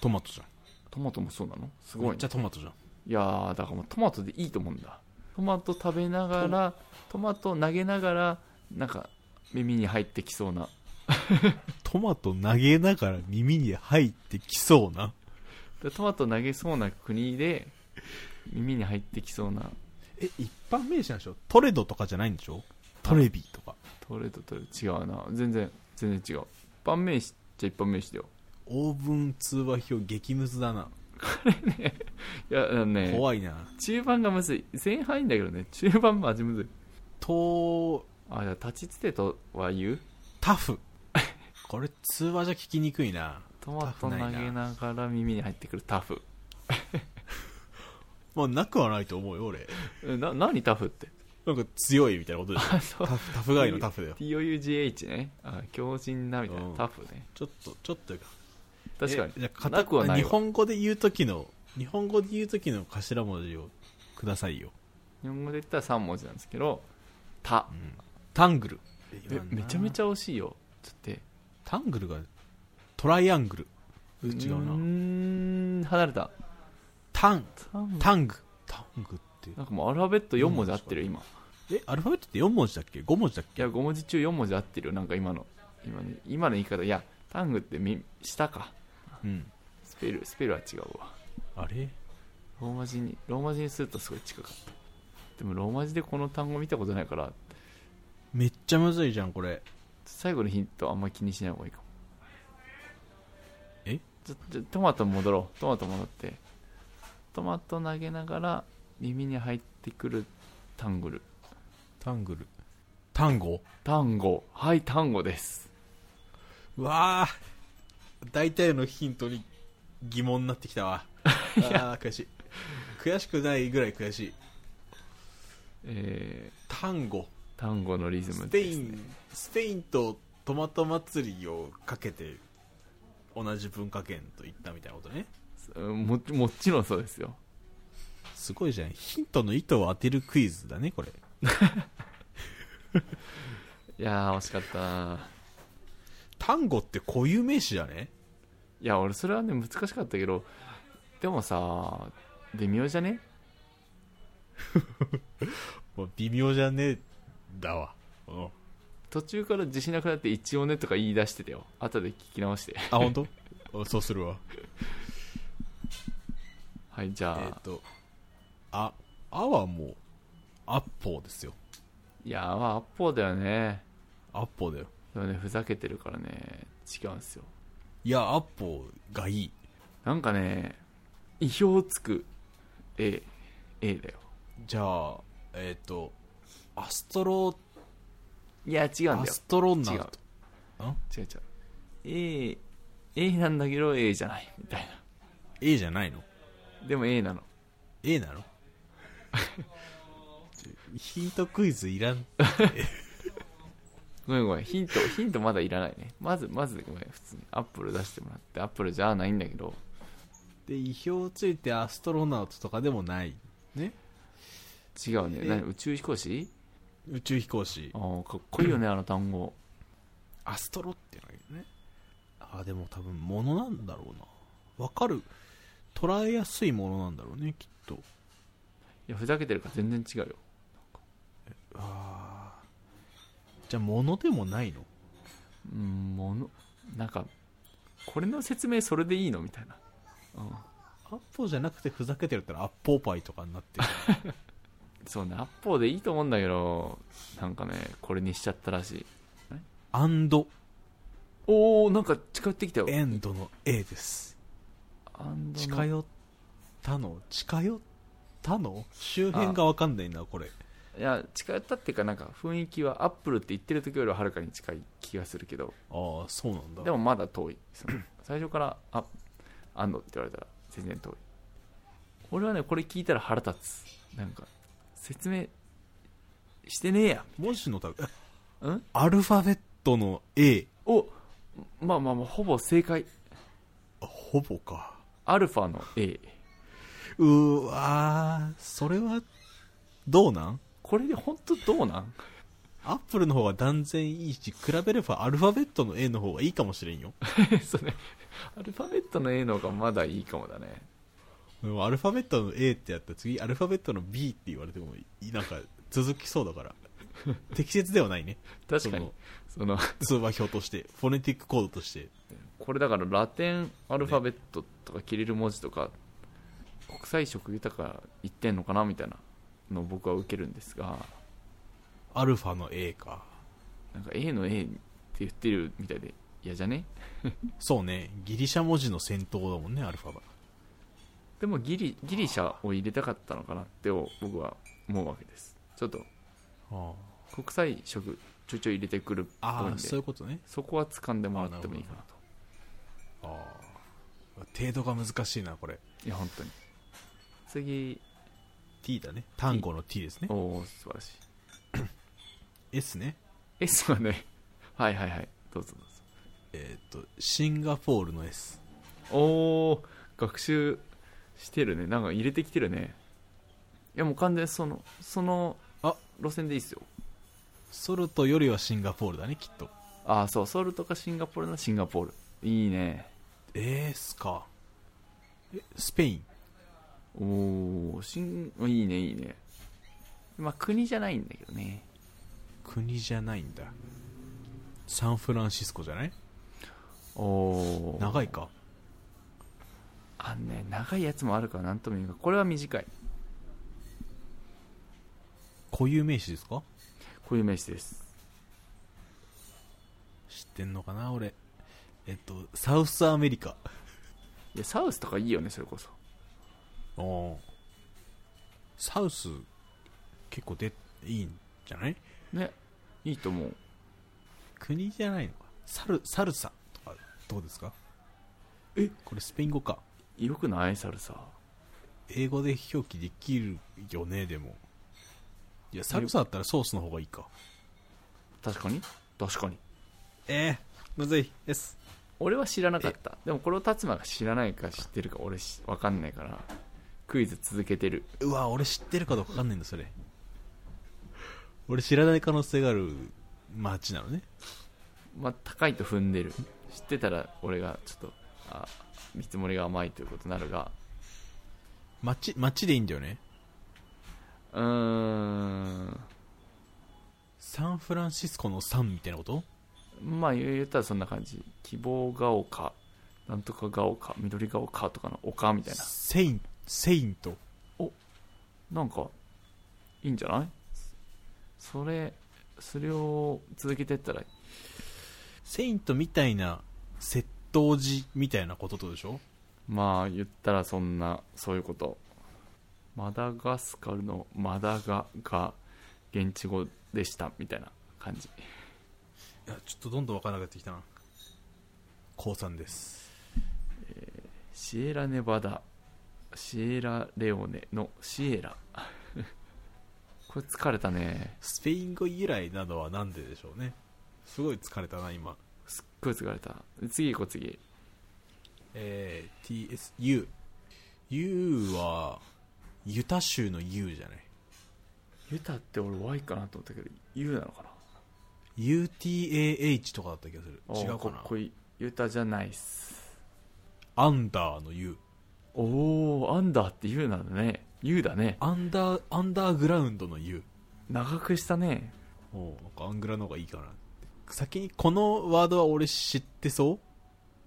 [SPEAKER 1] トマトじゃん
[SPEAKER 2] トマトもそうなのす
[SPEAKER 1] め
[SPEAKER 2] ご
[SPEAKER 1] っ
[SPEAKER 2] いね
[SPEAKER 1] ちゃトマトじゃん
[SPEAKER 2] いやーだからもうトマトでいいと思うんだトマト食べながらトマト投げながらなんか耳に入ってきそうな
[SPEAKER 1] トマト投げながら耳に入ってきそうな
[SPEAKER 2] でトマト投げそうな国で耳に入ってきそうな
[SPEAKER 1] え一般名詞なんでしょトレドとかじゃないんでしょトレビーとか
[SPEAKER 2] トレードと違うな全然全然違う晩名詞っちゃ一般名詞だよ
[SPEAKER 1] オーブン通話表激ムズだな、
[SPEAKER 2] いやあのね
[SPEAKER 1] 怖いな
[SPEAKER 2] 中盤がむずい前半いいんだけどね中盤マジむずい
[SPEAKER 1] と
[SPEAKER 2] あじゃあ立ちつてとは言う
[SPEAKER 1] タフ
[SPEAKER 2] [laughs]
[SPEAKER 1] これ通話じゃ聞きにくいな
[SPEAKER 2] トマト投げながら耳に入ってくるタフ
[SPEAKER 1] まあ、なくはないと思うよ、俺。
[SPEAKER 2] な何タフって
[SPEAKER 1] なんか強いみたいなことでしょ。
[SPEAKER 2] [laughs] あそう
[SPEAKER 1] タフタフガイのタフだよ。
[SPEAKER 2] TOUGH ねあ強靭なみたいな、
[SPEAKER 1] うん
[SPEAKER 2] タフね
[SPEAKER 1] ちょっと、ちょっとか。
[SPEAKER 2] 確か
[SPEAKER 1] えじゃ
[SPEAKER 2] に
[SPEAKER 1] あ、
[SPEAKER 2] なくは
[SPEAKER 1] 片
[SPEAKER 2] な
[SPEAKER 1] 日
[SPEAKER 2] いわ
[SPEAKER 1] 本語で言うときの、日本語で言うときの頭文字をくださいよ。
[SPEAKER 2] 日本語で言ったら3文字なんですけど「た
[SPEAKER 1] うんタングル」。
[SPEAKER 2] えめちゃめち
[SPEAKER 1] ゃ。
[SPEAKER 2] ゃ惜しいよつって
[SPEAKER 1] タングルが、トライアングル。違う
[SPEAKER 2] ー
[SPEAKER 1] な。
[SPEAKER 2] ん離れた
[SPEAKER 1] タン、
[SPEAKER 2] タン
[SPEAKER 1] タング。タングって。
[SPEAKER 2] なんかもうアルファベット4文字合ってるよ今い
[SPEAKER 1] え、アルファベットって4文字だっけ ?5 文字だっけ
[SPEAKER 2] や5文字中4文字合ってるよなんか今の今の今の言い方いやタングってみ下か
[SPEAKER 1] うん。
[SPEAKER 2] スペルスペルは違うわ
[SPEAKER 1] あれ
[SPEAKER 2] ローマ字にローマ字にするとすごい近かったでもローマ字でこの単語見たことないから
[SPEAKER 1] めっちゃむずいじゃん、これ。
[SPEAKER 2] 最後のヒントあんま気にしない方がいいかも
[SPEAKER 1] え
[SPEAKER 2] ちょちょトマト戻ろうトマト戻ってトマト投げながら耳に入ってくるタングル
[SPEAKER 1] タングル。タンゴ
[SPEAKER 2] タンゴはいタンゴです
[SPEAKER 1] うわあ大体のヒントに疑問になってきた [laughs] わああ悔しい悔しくないぐらい悔しい
[SPEAKER 2] え
[SPEAKER 1] 単語
[SPEAKER 2] ー、タンゴのリズ
[SPEAKER 1] ス
[SPEAKER 2] ム
[SPEAKER 1] ペ
[SPEAKER 2] で
[SPEAKER 1] イ
[SPEAKER 2] す、
[SPEAKER 1] ン、
[SPEAKER 2] ね、
[SPEAKER 1] スペインとトマト祭りをかけて同じ文化圏と言ったみたいなことね
[SPEAKER 2] うんももちろんそうですよ
[SPEAKER 1] すごいじゃんヒントの意図を当てるクイズだねこれ
[SPEAKER 2] いやー惜しかったな
[SPEAKER 1] 単語って固有名詞だね
[SPEAKER 2] いや俺それはね難しかったけどでもさ微妙じゃね
[SPEAKER 1] もう微妙じゃねえだわうん
[SPEAKER 2] 途中から自信なくなって一応ねとか言い出してたよ後で聞き直して [laughs]
[SPEAKER 1] あ本当 [laughs] そうするわ
[SPEAKER 2] はいじ
[SPEAKER 1] えっ、
[SPEAKER 2] ゃあ、
[SPEAKER 1] とああはもうアッポーですよ
[SPEAKER 2] いやまあアッポーだよね
[SPEAKER 1] アッポーだよ
[SPEAKER 2] でもねふざけてるからね違うんですよ
[SPEAKER 1] いやアッポーがいい
[SPEAKER 2] なんかね意表をつく A A だよ
[SPEAKER 1] じゃあえっ、とアストロ
[SPEAKER 2] いや違うん
[SPEAKER 1] ア
[SPEAKER 2] だよ
[SPEAKER 1] ストロ
[SPEAKER 2] 違
[SPEAKER 1] ナ
[SPEAKER 2] う
[SPEAKER 1] ウト
[SPEAKER 2] 違う違う A A なんだけど A じゃないみたい
[SPEAKER 1] A じゃないの
[SPEAKER 2] なでも A なの
[SPEAKER 1] A なの [laughs] ちょヒントクイズいらん
[SPEAKER 2] ごめんごめんヒント [laughs] ヒントまだいらないねまずまずごめん普通にアップル出してもらってアップルじゃないんだけど
[SPEAKER 1] で意表ついてアストロナウトとかでもないね
[SPEAKER 2] 違うね
[SPEAKER 1] え
[SPEAKER 2] 何宇宙飛行士
[SPEAKER 1] 宇宙飛行士
[SPEAKER 2] ああかっこいいよねあの単語
[SPEAKER 1] アストロっていうのがいいねあーでも多分物なんだろうなわかる捉えやすいものなんだろうねきっと
[SPEAKER 2] いやふざけてるから全然違うよ
[SPEAKER 1] ああじゃあ物でもないの
[SPEAKER 2] うんものなんかこれの説明それでいいのみたいな、うん、
[SPEAKER 1] アッポーじゃなくてふざけてるったらアッポーパイとかになってる
[SPEAKER 2] そうねアッポーでいいと思うんだけどなんかねこれにしちゃったらしい
[SPEAKER 1] アンド
[SPEAKER 2] おおんか近寄ってきたよ
[SPEAKER 1] エンドの A です
[SPEAKER 2] アンドの
[SPEAKER 1] 近寄ったの近寄ったの周辺がわかんないなこれ
[SPEAKER 2] いや近寄ったっていうかなんか雰囲気はアップルって言ってる時よりははるかに近い気がするけど
[SPEAKER 1] ああそうなんだ
[SPEAKER 2] でもまだ遠いそ
[SPEAKER 1] [coughs]
[SPEAKER 2] の最初からあアンドって言われたら全然遠い俺はねこれ聞いたら腹立つなんか説明してねえや
[SPEAKER 1] 文字のタグ
[SPEAKER 2] うん
[SPEAKER 1] アルファベットの A
[SPEAKER 2] おまあまあまあほぼ正解
[SPEAKER 1] あほぼか
[SPEAKER 2] アルファの A
[SPEAKER 1] うーわーそれはどうなん
[SPEAKER 2] これで本当どうなん
[SPEAKER 1] アップルの方が断然いいし比べればアルファベットの A の方がいいかもしれんよ
[SPEAKER 2] [laughs] それアルファベットの A の方がまだいいかもだね
[SPEAKER 1] でもアルファベットの A ってやったら次アルファベットの B って言われてもいなんか続きそうだから適切ではないね
[SPEAKER 2] 確かにその
[SPEAKER 1] 通話表としてフォネティックコードとして
[SPEAKER 2] これだからラテンアルファベットとかキリル文字とか国際色豊か言ってんのかなみたいなのを僕は受けるんですが
[SPEAKER 1] アルファの A か
[SPEAKER 2] なんか A の A って言ってるみたいで嫌じゃね
[SPEAKER 1] そうねギリシャ文字の先頭だもんねアルファが
[SPEAKER 2] でもギリギリシャを入れたかったのかなって僕は思うわけですちょっと
[SPEAKER 1] あ
[SPEAKER 2] 国際色ちょいちょい入れてくるっぽい
[SPEAKER 1] あ
[SPEAKER 2] んで
[SPEAKER 1] そういうことね
[SPEAKER 2] そこは掴んでもらってもいいかなと
[SPEAKER 1] ああ程度が難しいなこれ
[SPEAKER 2] いや本当に次
[SPEAKER 1] T だね。単語の T ですね。
[SPEAKER 2] おお素晴らしい
[SPEAKER 1] S ね。
[SPEAKER 2] えそうだね [laughs] はいはいはいどうぞどう
[SPEAKER 1] えーっと、シンガポールの S。
[SPEAKER 2] ぞおお学習してるねなんか入れてきてるねいやもう完全にそのその
[SPEAKER 1] あ
[SPEAKER 2] 路線でいいっすよ
[SPEAKER 1] ソルトよりはシンガポールだね、きっと。
[SPEAKER 2] ああそうソウルとかシンガポールならシンガポールいいね
[SPEAKER 1] えー、すか。え、スペイン。
[SPEAKER 2] おおしんいいねいいねまあ国じゃないんだけどね
[SPEAKER 1] 国じゃないんだ。サンフランシスコじゃない
[SPEAKER 2] おお
[SPEAKER 1] 長いか。
[SPEAKER 2] あんね長いやつもあるからなんとも言うがこれは短い
[SPEAKER 1] 固有名詞ですか
[SPEAKER 2] こういう名詞です
[SPEAKER 1] 知ってんのかな、俺。えっと、サウスアメリカ。
[SPEAKER 2] いやサウスとかいいよねそれこそ
[SPEAKER 1] おーサウス、結構で、いいんじゃない
[SPEAKER 2] ねいいと思う
[SPEAKER 1] 国じゃないのか。サル、サルサとか、どうですか
[SPEAKER 2] え
[SPEAKER 1] これスペイン語か。
[SPEAKER 2] よくないサルサ
[SPEAKER 1] 英語で表記できるよね、でも。いや、サルサだったらソースの方がいいか。
[SPEAKER 2] 確かに確かに
[SPEAKER 1] えー、むずい。です。
[SPEAKER 2] 俺は知らなかったでもこれを達馬が知らないか知ってるか俺しわかんないからクイズ続けてる
[SPEAKER 1] うわ、俺知ってるかどうかわかんないんだ、それ。俺知らない可能性がある街なのね。
[SPEAKER 2] まあ高いと踏んでる知ってたら俺がちょっとあ見積もりが甘いということになるが
[SPEAKER 1] 街、街でいいんだよね。
[SPEAKER 2] うーん
[SPEAKER 1] サンフランシスコのサンみたいなこと
[SPEAKER 2] まあ言ったらそんな感じ希望が丘なんとかが丘緑が丘とかの丘みたいな
[SPEAKER 1] セイン、セイント。
[SPEAKER 2] なんかいいんじゃないそれそれを続けてったら
[SPEAKER 1] セイントみたいな窃盗時みたいなこととでしょ
[SPEAKER 2] まあ言ったらそんなそういうことマダガスカルのマダガが現地語でしたみたいな感じ
[SPEAKER 1] いや、ちょっとどんどんわからなくなってきたな。高3です。
[SPEAKER 2] シエラネバダシエラレオネのシエラ [laughs] これ疲れたね
[SPEAKER 1] スペイン語由来などはなんででしょうね。すごい疲れたな、今。
[SPEAKER 2] すっごい疲れた次行こう次
[SPEAKER 1] えー、TSU。U は、ユタ州の U じゃない。
[SPEAKER 2] ユタって俺 Y かなと思ったけど U なのかな
[SPEAKER 1] UTAH とかだった気がする。
[SPEAKER 2] あー
[SPEAKER 1] 違う
[SPEAKER 2] か
[SPEAKER 1] か
[SPEAKER 2] っ
[SPEAKER 1] な
[SPEAKER 2] こいいユタじゃないっす
[SPEAKER 1] アンダーの U。
[SPEAKER 2] おおアンダーって U なんだね U だね
[SPEAKER 1] アンダー、アンダーグラウンドの U。
[SPEAKER 2] 長くしたね
[SPEAKER 1] おうなんかアングラの方がいいかなって先にこのワードは俺知ってそう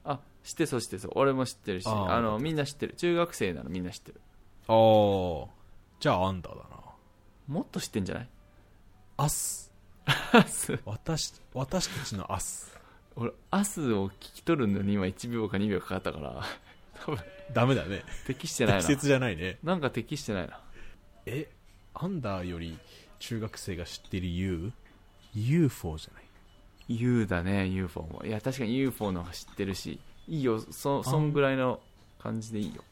[SPEAKER 2] あ知ってそう知ってそう俺も知ってるし
[SPEAKER 1] あー
[SPEAKER 2] あ
[SPEAKER 1] よか
[SPEAKER 2] の
[SPEAKER 1] った
[SPEAKER 2] みんな知ってる中学生なのみんな知ってる
[SPEAKER 1] ああじゃあアンダーだな
[SPEAKER 2] もっと知ってんじゃない
[SPEAKER 1] アス
[SPEAKER 2] アス
[SPEAKER 1] 私私たちのアス
[SPEAKER 2] [laughs] 俺アスを聞き取るのに今1秒か2秒かかったから
[SPEAKER 1] [laughs]
[SPEAKER 2] 多分
[SPEAKER 1] ダメだね
[SPEAKER 2] 適してない
[SPEAKER 1] 適
[SPEAKER 2] な
[SPEAKER 1] 切じゃないね
[SPEAKER 2] なんか適してないな
[SPEAKER 1] えアンダーより中学生が知ってる UUFO じゃない
[SPEAKER 2] U だね UFO もいや確かに UFO の方が知ってるしいいよそそんぐらいの感じでいいよ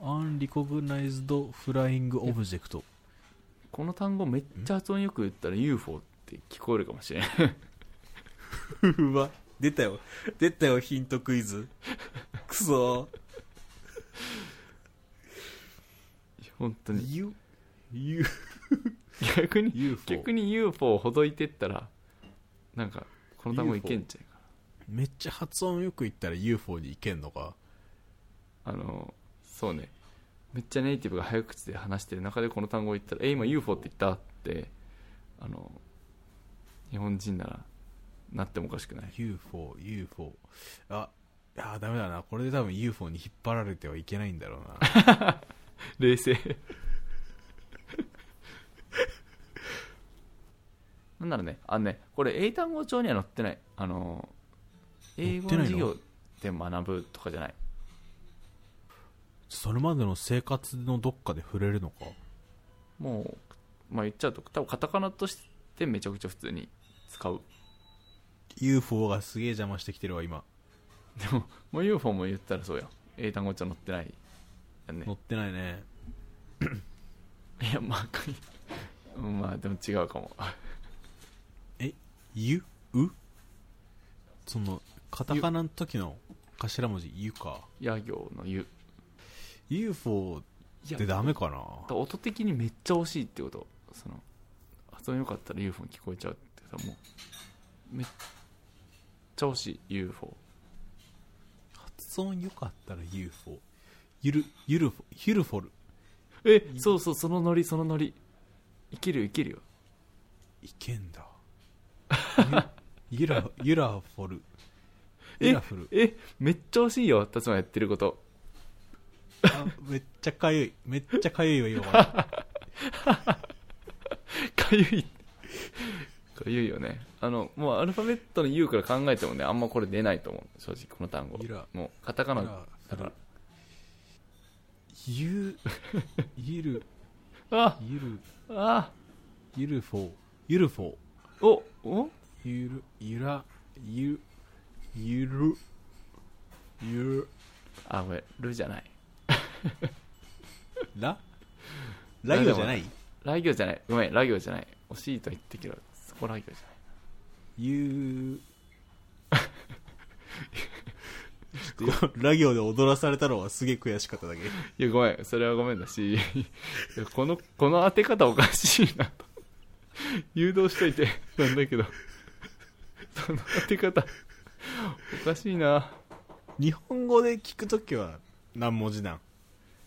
[SPEAKER 1] アンリコグナイズドフライングオブジェクト
[SPEAKER 2] この単語めっちゃ発音よく言ったら UFO って聞こえるかもしれない
[SPEAKER 1] [laughs] うわ出たよ出たよヒントクイ [laughs] ズくそ
[SPEAKER 2] 本当に
[SPEAKER 1] U U
[SPEAKER 2] 逆に
[SPEAKER 1] UFO
[SPEAKER 2] 逆に UFO をほどいてったらなんかこの単語いけんちゃうか
[SPEAKER 1] めっちゃ発音よく言ったら UFO に行けんのか
[SPEAKER 2] あのそうねめっちゃネイティブが早口で話してる中でこの単語を言ったら「え今 UFO って言った?」ってあの日本人ならなってもおかしくない
[SPEAKER 1] UFO、UFO。あ、あーダメだな。これで多分 UFO に引っ張られてはいけないんだろうな。
[SPEAKER 2] 冷静 [laughs] なんだろうねあのねこれ英単語帳には載ってないあの英語の
[SPEAKER 1] 載って
[SPEAKER 2] 授
[SPEAKER 1] ないの
[SPEAKER 2] 業で学ぶとかじゃない
[SPEAKER 1] それまでの生活のどっかで触れるのか。
[SPEAKER 2] もう、まあ、言っちゃうと多分カタカナとしてめちゃくちゃ普通に使う
[SPEAKER 1] UFO がすげえ邪魔してきてるわ、今。
[SPEAKER 2] でももう UFO も言ったらそうやん英単語帳載ってないやんね
[SPEAKER 1] 乗ってないね。
[SPEAKER 2] いやまあかいうんまあでも違うかも
[SPEAKER 1] ゆうそのカタカナの時の頭文字「ゆ」か
[SPEAKER 2] や行の言う
[SPEAKER 1] UFO
[SPEAKER 2] い
[SPEAKER 1] っ
[SPEAKER 2] や
[SPEAKER 1] てダメかな
[SPEAKER 2] だから音的にめっちゃ惜しいってことその発音良かったら UFO に聞こえちゃうってさもうめっちゃ惜しい UFO
[SPEAKER 1] 発音良かったら UFO ゆるゆるフォゆるフォル
[SPEAKER 2] えそうそうそのノリそのノリいけるよいけるよ
[SPEAKER 1] いけんだゆゆらゆらフォルゆらフル
[SPEAKER 2] えめっちゃ惜しいよ達馬やってること
[SPEAKER 1] あめっちゃかゆいめっちゃかゆいわ今から
[SPEAKER 2] かゆいかゆいよねあのもうアルファベットの U から考えてもねあんまこれ出ないと思う正直この単語
[SPEAKER 1] ゆら
[SPEAKER 2] もうカタカナ
[SPEAKER 1] ゆら
[SPEAKER 2] だから
[SPEAKER 1] ゆゆる
[SPEAKER 2] あ
[SPEAKER 1] ゆる
[SPEAKER 2] あ
[SPEAKER 1] ゆるフォゆるフォ
[SPEAKER 2] おお
[SPEAKER 1] ゆるゆらゆゆるゆ
[SPEAKER 2] あごめんルじゃない
[SPEAKER 1] らライオじゃない
[SPEAKER 2] ラ行じゃないごめんラ行じゃない惜しいとは言ってきどそこラ行じゃない
[SPEAKER 1] ゆうラ行で踊らされたのはすげえ悔しかっただけ
[SPEAKER 2] いやごめんそれはごめんだし [laughs] いやこのこの当て方おかしいなと誘導しといてなんだけどその当て方おかしいな
[SPEAKER 1] 日本語で聞くときは何文字なん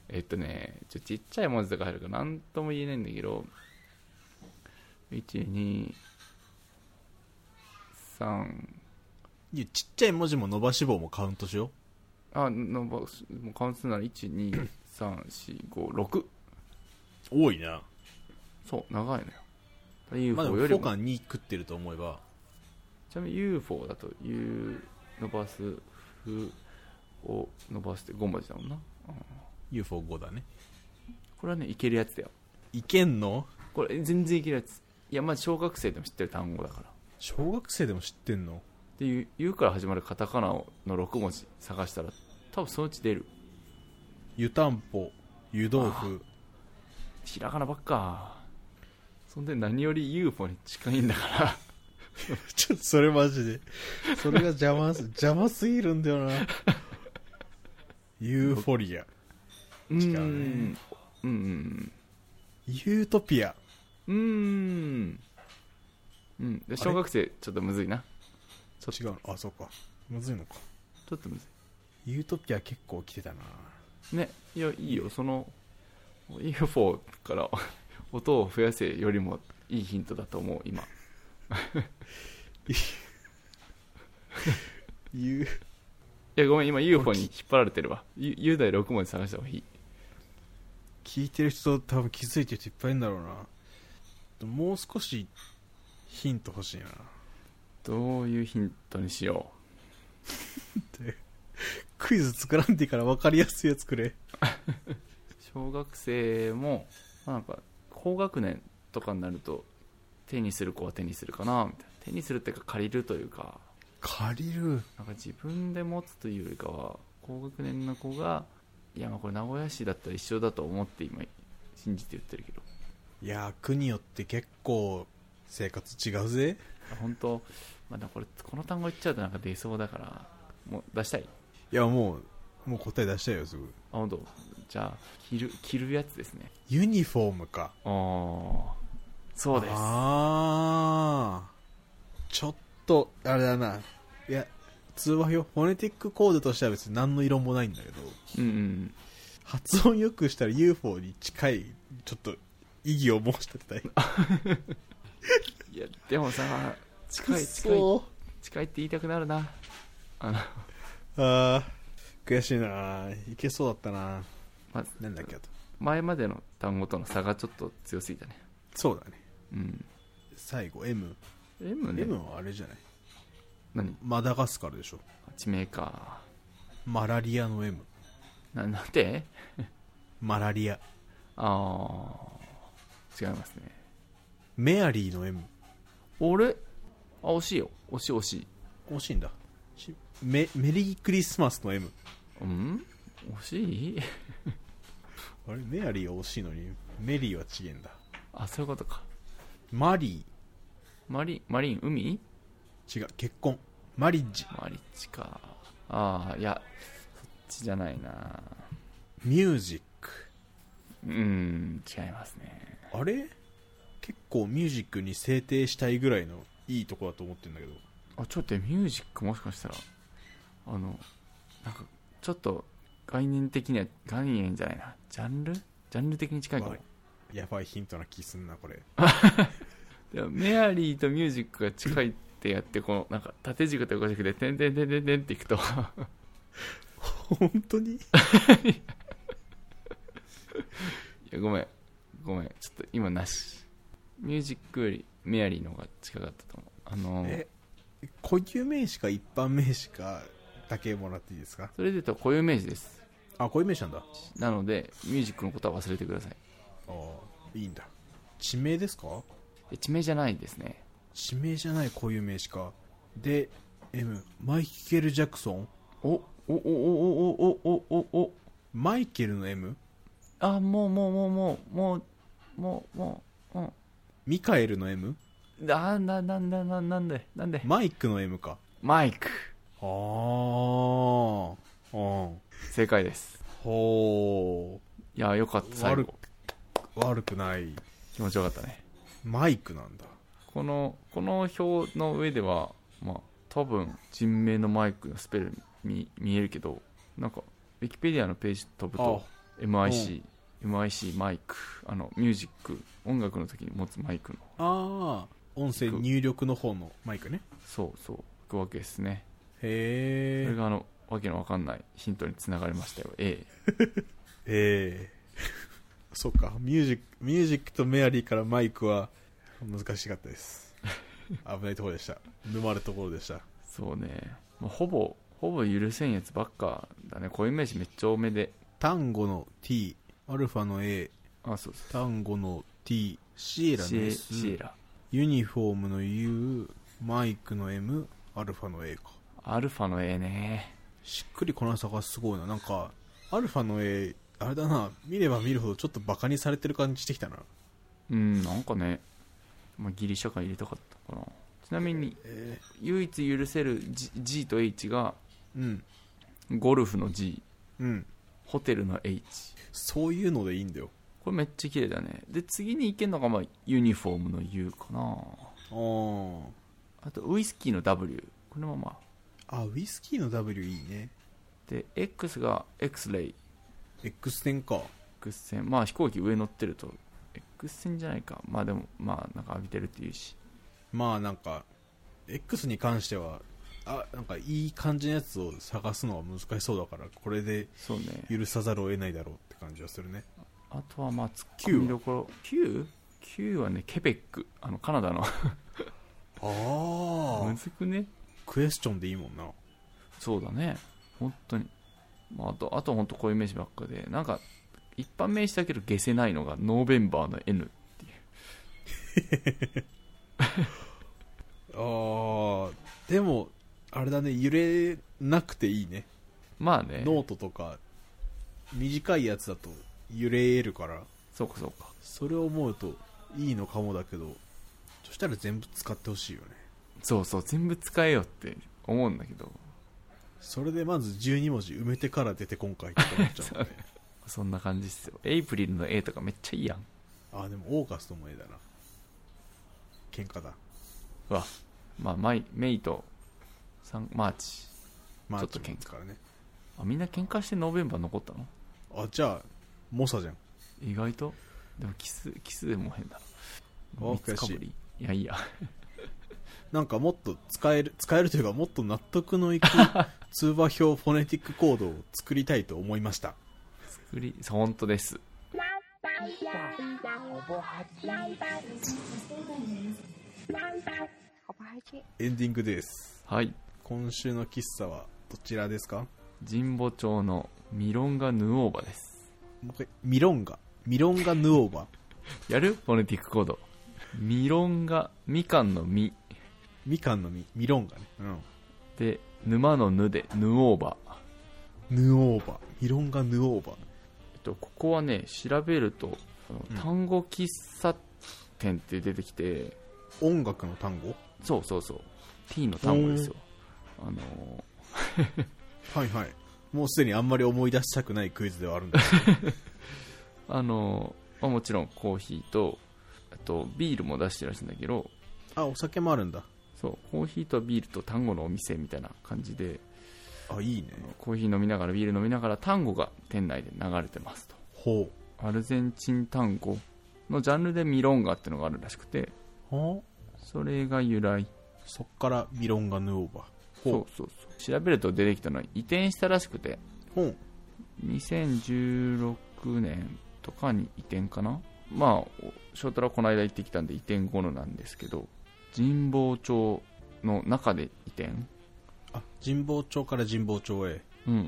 [SPEAKER 2] えっとねちょちっちゃい文字とか入るから何とも言えないんだけど123
[SPEAKER 1] いやちっちゃい文字も伸ばし棒もカウントしよ
[SPEAKER 2] あのばすもうカウントするなら12345
[SPEAKER 1] う多いな
[SPEAKER 2] そう長いのよ
[SPEAKER 1] まあで
[SPEAKER 2] UFO
[SPEAKER 1] も
[SPEAKER 2] より
[SPEAKER 1] 4
[SPEAKER 2] も
[SPEAKER 1] 間2食ってると思えば
[SPEAKER 2] ちなみに UFO だと U 伸ばす「ふ」を伸ばして5文字だもんな
[SPEAKER 1] UFO5 だね
[SPEAKER 2] これはねいけるやつだよ
[SPEAKER 1] いけんの
[SPEAKER 2] これ全然いけるやついやまあ小学生でも知ってる単語だから
[SPEAKER 1] 小学生でも知ってんの
[SPEAKER 2] で U, U から始まるカタカナの6文字探したら多分そのうち出る
[SPEAKER 1] 湯たんぽ湯豆腐
[SPEAKER 2] ひらがなばっかそんで何より UFO に近いんだから
[SPEAKER 1] ちょっとそれマジで。それが邪魔す、 [laughs] 邪魔すぎるんだよな。ユーフォリア。
[SPEAKER 2] [laughs] うん
[SPEAKER 1] 違うね
[SPEAKER 2] うんうん
[SPEAKER 1] ユートピア。
[SPEAKER 2] うんうんうんで小学生ちょっとむずいなちょ
[SPEAKER 1] 違うのあ、そうか。むずいのか。
[SPEAKER 2] ちょっとむずい
[SPEAKER 1] ユートピア結構来てたな。
[SPEAKER 2] ねいやいいよその UFO から [laughs] 音を増やせよりもいいヒントだと思う今
[SPEAKER 1] ユー、
[SPEAKER 2] いやごめん今 UFO に引っ張られてるわゆ雄大6文字探した方がいい
[SPEAKER 1] 聞いてる人多分気づいてる人いっぱいいるんだろうな。もう少しヒント欲しいな。
[SPEAKER 2] どういうヒントにしよ
[SPEAKER 1] クイズ作らんでいいから分かりやすいやつくれ。
[SPEAKER 2] う小学生もまあなんか高学年とかになると手にする子は手にするかなみたいな手にするっていうか借りるというか
[SPEAKER 1] 借りる。
[SPEAKER 2] なんか自分で持つというよりかは高学年の子がいやまあこれ名古屋市だったら一緒だと思って今信じて言ってるけど
[SPEAKER 1] いやー、国よって結構生活違うぜ。
[SPEAKER 2] 本当まあ、でもこれこの単語言っちゃうとなんか出そうだからもう出したいあ
[SPEAKER 1] いや、もう、もう答え出したいよ、すぐ。
[SPEAKER 2] 本当じゃあ着る着るやつですね
[SPEAKER 1] ユニフォームか。
[SPEAKER 2] ああそうです
[SPEAKER 1] ああ。ちょっと、あれだな。いや、通話表、フォネティックコードとしては別に何の異論もないんだけど、
[SPEAKER 2] うんうん
[SPEAKER 1] 発音よくしたら UFO に近い、ちょっと、意義を申し立てたい。
[SPEAKER 2] いやでもさ近い近い
[SPEAKER 1] そう
[SPEAKER 2] 近いって言いたくなるなあの、
[SPEAKER 1] ああ、悔しいな。いけそうだったな。
[SPEAKER 2] まあ、
[SPEAKER 1] なんだっけあと。
[SPEAKER 2] 前までの単語との差がちょっと強すぎたね
[SPEAKER 1] そうだね。
[SPEAKER 2] うん
[SPEAKER 1] 最後、M。
[SPEAKER 2] M ね
[SPEAKER 1] M はあれじゃない。
[SPEAKER 2] 何
[SPEAKER 1] マダガスカルでしょ。
[SPEAKER 2] 地名か
[SPEAKER 1] マラリアの M。
[SPEAKER 2] ななんて
[SPEAKER 1] マラリア。
[SPEAKER 2] ああ違いますね
[SPEAKER 1] メアリーの M。
[SPEAKER 2] 俺あ惜しいよ惜しい惜しい
[SPEAKER 1] 惜しいんだ。しメメリークリスマスの M。
[SPEAKER 2] うん惜しい
[SPEAKER 1] あれメアリーは惜しいのにメリーは違えんだ。
[SPEAKER 2] あそういうことか
[SPEAKER 1] マリ
[SPEAKER 2] マリマリン海
[SPEAKER 1] ー、違う、結婚。マリッジ、
[SPEAKER 2] マリッチかああいやそっちじゃないな
[SPEAKER 1] ミュージック。
[SPEAKER 2] うん違いますね
[SPEAKER 1] あれ結構ミュージックに制定したいぐらいのいいとこだと思ってるんだけど。
[SPEAKER 2] あちょっと待ってミュージックもしかしたらあのなんかちょっと概念的には概念じゃないなジャンルジャンル的に近いかも、
[SPEAKER 1] はいやばいヒントな気すんな、これ。
[SPEAKER 2] でもメアリーとミュージックが近いってやってこのなんか縦軸と横軸で「てんてんてんてんてん」っていくと [laughs]
[SPEAKER 1] 本当に
[SPEAKER 2] いやごめんごめんちょっと今なしミュージックよりメアリーの方が近かったと思うあの
[SPEAKER 1] え、固有名詞か一般名詞かだけもらっていいですか
[SPEAKER 2] それで言うと固有名詞です
[SPEAKER 1] あ、固有名詞なんだ。
[SPEAKER 2] なのでミュージックのことは忘れてください
[SPEAKER 1] ああ、いいんだ。地名ですか
[SPEAKER 2] え地名じゃないですね
[SPEAKER 1] 地名じゃない固有名詞か。で、M、マイケル・ジャクソン
[SPEAKER 2] おおおおおおおおおお
[SPEAKER 1] マイケルの M?
[SPEAKER 2] あもうもうもうもうもうもうもうも
[SPEAKER 1] ミカエルの M?
[SPEAKER 2] うあななんだなんなんでなんで
[SPEAKER 1] マイクの M か。
[SPEAKER 2] マイク
[SPEAKER 1] ああ、うん。
[SPEAKER 2] 正解です
[SPEAKER 1] ほ
[SPEAKER 2] いやよかった
[SPEAKER 1] う
[SPEAKER 2] 最
[SPEAKER 1] 悪
[SPEAKER 2] 後、
[SPEAKER 1] 悪くない。
[SPEAKER 2] 気持ちよかったね
[SPEAKER 1] マイクなんだ。
[SPEAKER 2] このこの表の上ではまあ多分人名のマイクのスペル見見えるけどなんかウィキペディアのページ飛ぶと MIC、MIC マイクあのミュージック音楽の時に持つマイクの
[SPEAKER 1] ああ、音声入力の方のマイクね。
[SPEAKER 2] そうそういくわけですね
[SPEAKER 1] へ
[SPEAKER 2] それ
[SPEAKER 1] え。
[SPEAKER 2] があのわけのわかんないヒントにつながりましたよ A
[SPEAKER 1] ええ。 [laughs] そっか、ミュージック、ミュージックとメアリーからマイクは難しかったです。
[SPEAKER 2] [laughs]
[SPEAKER 1] 危ないところでした。沼るところでした。
[SPEAKER 2] そうね、まあ、ほぼほぼ許せんやつばっかだねこういう名詞めっちゃ多めで
[SPEAKER 1] 単語の t、アルファの a、
[SPEAKER 2] あそうそう
[SPEAKER 1] 単語の t、シエラ
[SPEAKER 2] シ
[SPEAKER 1] の
[SPEAKER 2] エ
[SPEAKER 1] s、
[SPEAKER 2] シエラ
[SPEAKER 1] ユニフォームの u、マイクの m、アルファの a か。
[SPEAKER 2] アルファの A ね
[SPEAKER 1] しっくりこなさがすごいな。なんか、アルファの a、あれだな、見れば見るほどちょっとバカにされてる感じしてきたな。
[SPEAKER 2] うんなんかね、まあ、ギリシャ感入れたかったかなちなみに
[SPEAKER 1] え
[SPEAKER 2] 唯一許せる G, G と H が
[SPEAKER 1] ーうん、
[SPEAKER 2] ゴルフの G
[SPEAKER 1] うん。
[SPEAKER 2] ホテルの H
[SPEAKER 1] そういうのでいいんだよ。
[SPEAKER 2] これめっちゃ綺麗だねで次に行けるのがまあユニフォームの U かな
[SPEAKER 1] あ
[SPEAKER 2] あとウイスキーの W これもまあ
[SPEAKER 1] あ。あ、ウイスキーの W いいね。
[SPEAKER 2] で X が X レイ
[SPEAKER 1] X 点か。
[SPEAKER 2] X 線まあ飛行機上乗ってると X 線じゃないかまあでもまあなんか浴びてるっていうし
[SPEAKER 1] まあなんか、X に関しては、あ、なんかいい感じのやつを探すのは難しそうだから、これで
[SPEAKER 2] そうね
[SPEAKER 1] 許さざるを得ないだろうって感じはするね。
[SPEAKER 2] あとはまあツッコミどころ Q? Q はねケベックあのカナダの
[SPEAKER 1] あ
[SPEAKER 2] むずくね
[SPEAKER 1] クエスチョンでいいもんな。
[SPEAKER 2] そうだね本当にまああとあと本当こういう名詞ばっかでなんか一般名詞だけど消せないのがノーベンバーの N
[SPEAKER 1] ああ、でも、あれだね、揺れなくていいね。
[SPEAKER 2] まあね
[SPEAKER 1] ノートとか、短いやつだと揺れるから、
[SPEAKER 2] そうかそうか
[SPEAKER 1] それを思うといいのかもだけど、そしたら全部使ってほしいよね。
[SPEAKER 2] そうそう全部使えよって思うんだけど
[SPEAKER 1] それでまず12文字埋めてから出て今回って思っちゃうもんね
[SPEAKER 2] [laughs] そんな感じっすよエイプリルの A とかめっちゃいいやん
[SPEAKER 1] あーでもオーガストもええだな喧嘩だ
[SPEAKER 2] うわまあマイメイとサンマーチ
[SPEAKER 1] まあ
[SPEAKER 2] ち
[SPEAKER 1] ちょ
[SPEAKER 2] ょっ
[SPEAKER 1] っと
[SPEAKER 2] と喧嘩
[SPEAKER 1] 喧嘩からね
[SPEAKER 2] あみんな喧嘩してノーベンバー残ったの
[SPEAKER 1] あじゃあ猛者じゃん
[SPEAKER 2] 意外とでもキスキスでも変だな
[SPEAKER 1] あ
[SPEAKER 2] 三つかぶりいやいいや
[SPEAKER 1] なんかもっと使える [laughs] 使えるというかもっと納得のい
[SPEAKER 2] [laughs]
[SPEAKER 1] く通話表フォネティックコードを作りたいと思いました
[SPEAKER 2] 作りそう本当です
[SPEAKER 4] 好吧，还去。
[SPEAKER 1] エンディングです
[SPEAKER 2] はい
[SPEAKER 1] 今週の喫茶はどちらですかも
[SPEAKER 2] 神保町のミロンガヌオーバです
[SPEAKER 1] う一回ミロンガミロンガヌオー
[SPEAKER 2] [laughs]
[SPEAKER 1] バ
[SPEAKER 2] やるフォネティックコードミロンガみかんのみ
[SPEAKER 1] みかんのみミロンガねうん
[SPEAKER 2] で沼のぬでヌオーバ、
[SPEAKER 1] ヌオーバミロンガヌオーバ
[SPEAKER 2] えっと、ここはね調べるとあの
[SPEAKER 1] うん
[SPEAKER 2] 単語喫茶店って出てきて、
[SPEAKER 1] 音楽の単語
[SPEAKER 2] そうそうそう T の単語ですよあのー
[SPEAKER 1] はいはいもうすでにあんまり思い出したくないクイズではあるんです
[SPEAKER 2] あのーまあ、もちろんコーヒーとあとビールも出してるらしいんだけど
[SPEAKER 1] [laughs] あお酒もあるんだ
[SPEAKER 2] そうコーヒーとビールと単語のお店みたいな感じで
[SPEAKER 1] あいいね
[SPEAKER 2] コーヒー飲みながらビール飲みながら単語が店内で流れてますと
[SPEAKER 1] ほ
[SPEAKER 2] アルゼンチン単語のジャンルでミロンガっていうのがあるらしくて
[SPEAKER 1] うは
[SPEAKER 2] それが由来
[SPEAKER 1] そっからミロンガヌオーバ
[SPEAKER 2] そう
[SPEAKER 1] ほ
[SPEAKER 2] そうそう調べると出てきたのは移転したらしくて
[SPEAKER 1] ほう
[SPEAKER 2] 2016年とかに移転かなまあお翔太郎はこの間行ってきたんで移転後のなんですけど神保町の中で移転うん
[SPEAKER 1] あ神保町から神保町へ
[SPEAKER 2] うんうんう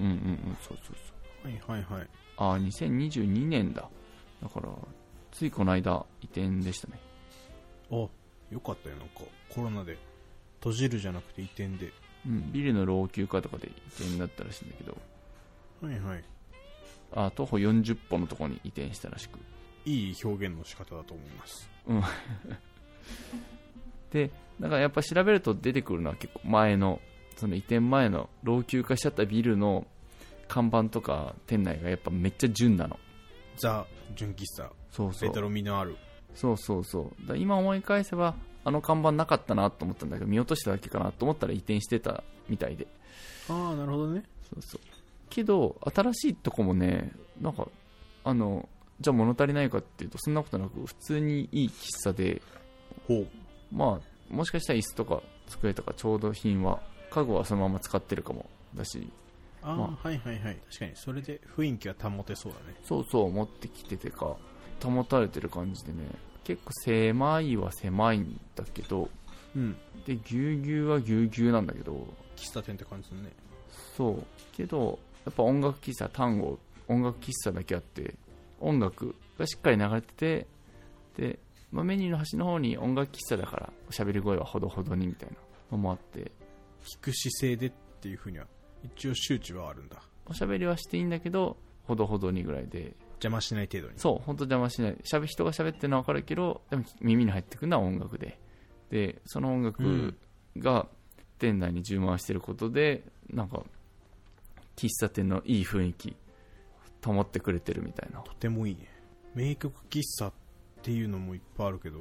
[SPEAKER 2] んそうそうそう
[SPEAKER 1] はいはいはい
[SPEAKER 2] ああ2022年だだからついこの間移転でしたね
[SPEAKER 1] あよかったよなんかコロナで閉じるじゃなくて移転で
[SPEAKER 2] うんビルの老朽化とかで移転になったらしいんだけど
[SPEAKER 1] はいはい
[SPEAKER 2] あ徒歩40歩のところに移転したらしく
[SPEAKER 1] いい表現の仕方だと思います
[SPEAKER 2] でだからやっぱ調べると出てくるのは結構前のその移転前の老朽化しちゃったビルの看板とか店内がやっぱめっちゃ純なの
[SPEAKER 1] ザ純喫茶
[SPEAKER 2] そうそ
[SPEAKER 1] セ
[SPEAKER 2] う
[SPEAKER 1] トロミのある
[SPEAKER 2] そうそうそうだから今思い返せばあの看板なかったなと思ったんだけど見落としただけかなと思ったら移転してたみたいで
[SPEAKER 1] ああなるほどね
[SPEAKER 2] そうそうけど新しいとこもねなんかあのじゃあ物足りないかっていうとそんなことなく普通にいい喫茶で
[SPEAKER 1] ほう
[SPEAKER 2] まあもしかしたら椅子とか机とか調度品は家具はそのまま使ってるかもだし
[SPEAKER 1] ああ、
[SPEAKER 2] ま
[SPEAKER 1] はいはいはい確かにそれで雰囲気は保てそうだね
[SPEAKER 2] そうそう持ってきててか保たれてる感じでね結構狭いは狭いんだけど
[SPEAKER 1] うん
[SPEAKER 2] でぎゅうぎゅうはぎゅうぎゅうなんだけど
[SPEAKER 1] 喫茶店って感じするね
[SPEAKER 2] そうけどやっぱ音楽喫茶単語音楽喫茶だけあって音楽がしっかり流れててで、まあ、メニューの端の方に音楽喫茶だから喋り声はほどほどにみたいなのもあって
[SPEAKER 1] 聞く姿勢でっていうふうには一応周知はあるんだ
[SPEAKER 2] おしゃべりはしていいんだけどほどほどにぐらいで
[SPEAKER 1] 邪魔しない程度に
[SPEAKER 2] そう本当邪魔しないしゃべ人が喋ってるのは分かるけどでも耳に入ってくるのは音楽ででその音楽が店内に充満してることで、なんか喫茶店のいい雰囲気保ってくれてるみたいな
[SPEAKER 1] とてもいいね名曲喫茶っていうのもいっぱいあるけど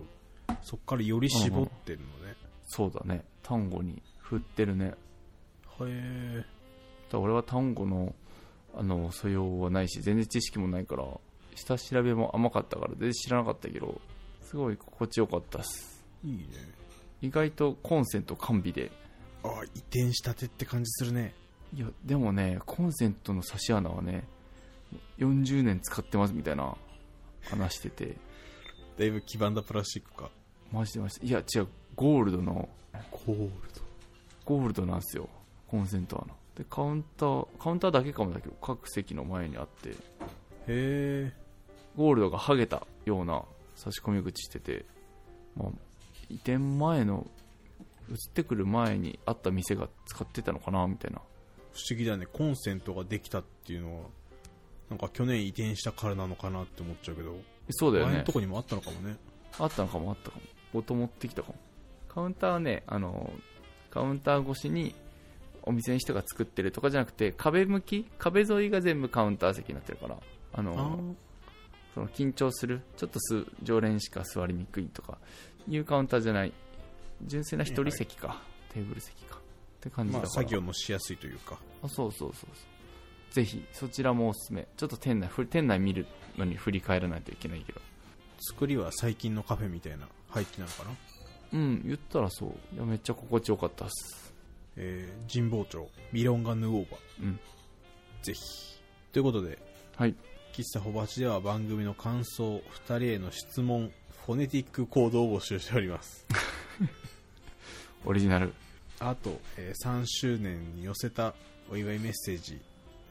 [SPEAKER 1] そっからより絞ってるのね、
[SPEAKER 2] そうだね単語に振ってるね
[SPEAKER 1] へえ
[SPEAKER 2] だから俺は単語のあの素養はないし全然知識もないから下調べも甘かったから全然知らなかったけどすごい心地よかったっす
[SPEAKER 1] いいね
[SPEAKER 2] 意外とコンセント完備で
[SPEAKER 1] ああ移転したてって感じするね
[SPEAKER 2] いやでもねコンセントの差し穴はね40年使ってますみたいな話してて
[SPEAKER 1] だいぶ黄ばんだプラスチックか
[SPEAKER 2] マジでマジでいや違うゴールドの
[SPEAKER 1] ゴール
[SPEAKER 2] ゴールドなんですよコンセント穴でカウンターカウンターだけかもだけど各席の前にあって
[SPEAKER 1] ドへえ
[SPEAKER 2] ゴールドが剥げたような差し込み口してて、まあ、移転前の移ってくる前にあった店が使ってたのかなみたいな
[SPEAKER 1] 不思議だねコンセントができたっていうのはなんか去年移転したからなのかなって思っちゃうけど、
[SPEAKER 2] そうだよ
[SPEAKER 1] 前
[SPEAKER 2] ね
[SPEAKER 1] のとこにもあったのかもね
[SPEAKER 2] あったのかもあったかも音持ってきたかもカウンターはねあのカウンター越しにお店の人が作ってるとかじゃなくて壁向き壁沿いが全部カウンター席になってるからあ
[SPEAKER 1] あ
[SPEAKER 2] の
[SPEAKER 1] ー
[SPEAKER 2] その緊張するちょっとす常連しか座りにくいとかいうカウンターじゃない純粋な一人席か、テーブル席かって感じだ
[SPEAKER 1] ま
[SPEAKER 2] か
[SPEAKER 1] あ
[SPEAKER 2] ら、
[SPEAKER 1] 作業もしやすいというか
[SPEAKER 2] あそうそうそうそうぜひそちらもおすすめちょっと店内ふ店内見るのに振り返らないといけないけど
[SPEAKER 1] 作りは最近のカフェみたいな配置なのかな
[SPEAKER 2] うん言ったらそういやめっちゃ心地よかったっす
[SPEAKER 1] えー、神保町ミロンガヌオーバー、
[SPEAKER 2] うん
[SPEAKER 1] ぜひということで
[SPEAKER 2] はい。
[SPEAKER 1] 喫茶ほばちでは番組の感想2人への質問フォネティック行動を募集しております
[SPEAKER 2] オリジナル。
[SPEAKER 1] あと、えー3周年に寄せたお祝いメッセージ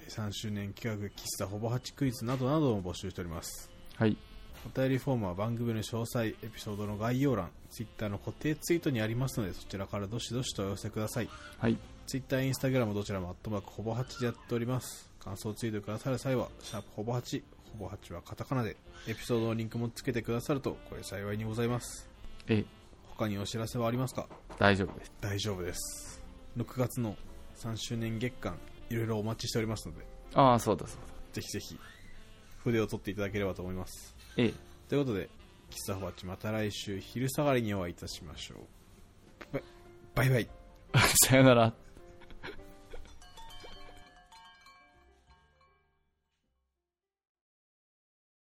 [SPEAKER 1] 3周年企画喫茶ほぼ8クイズなどなども募集しております
[SPEAKER 2] はい。
[SPEAKER 1] お便りフォームは番組の詳細エピソードの概要欄 Twitter の固定ツイートにありますのでそちらからどしどしとお寄せください
[SPEAKER 2] はい。
[SPEAKER 1] ツイッター、インスタグラムどちらもアットマークほぼ8でやっております。感想ツイートくださる際は、シャープほぼ8、 58はカタカナでエピソードのリンクもつけてくださるとこれ幸いにございます
[SPEAKER 2] え
[SPEAKER 1] 他にお知らせはありますか
[SPEAKER 2] 大丈夫です
[SPEAKER 1] 大丈夫です6月の3周年月間いろいろお待ちしておりますので
[SPEAKER 2] ああそうだそうだ
[SPEAKER 1] ぜひぜひ筆を取っていただければと思います
[SPEAKER 2] え
[SPEAKER 1] ということで喫茶ホバッチまた来週昼下がりにお会いいたしましょうバイバイバイ
[SPEAKER 2] え [laughs] さよなら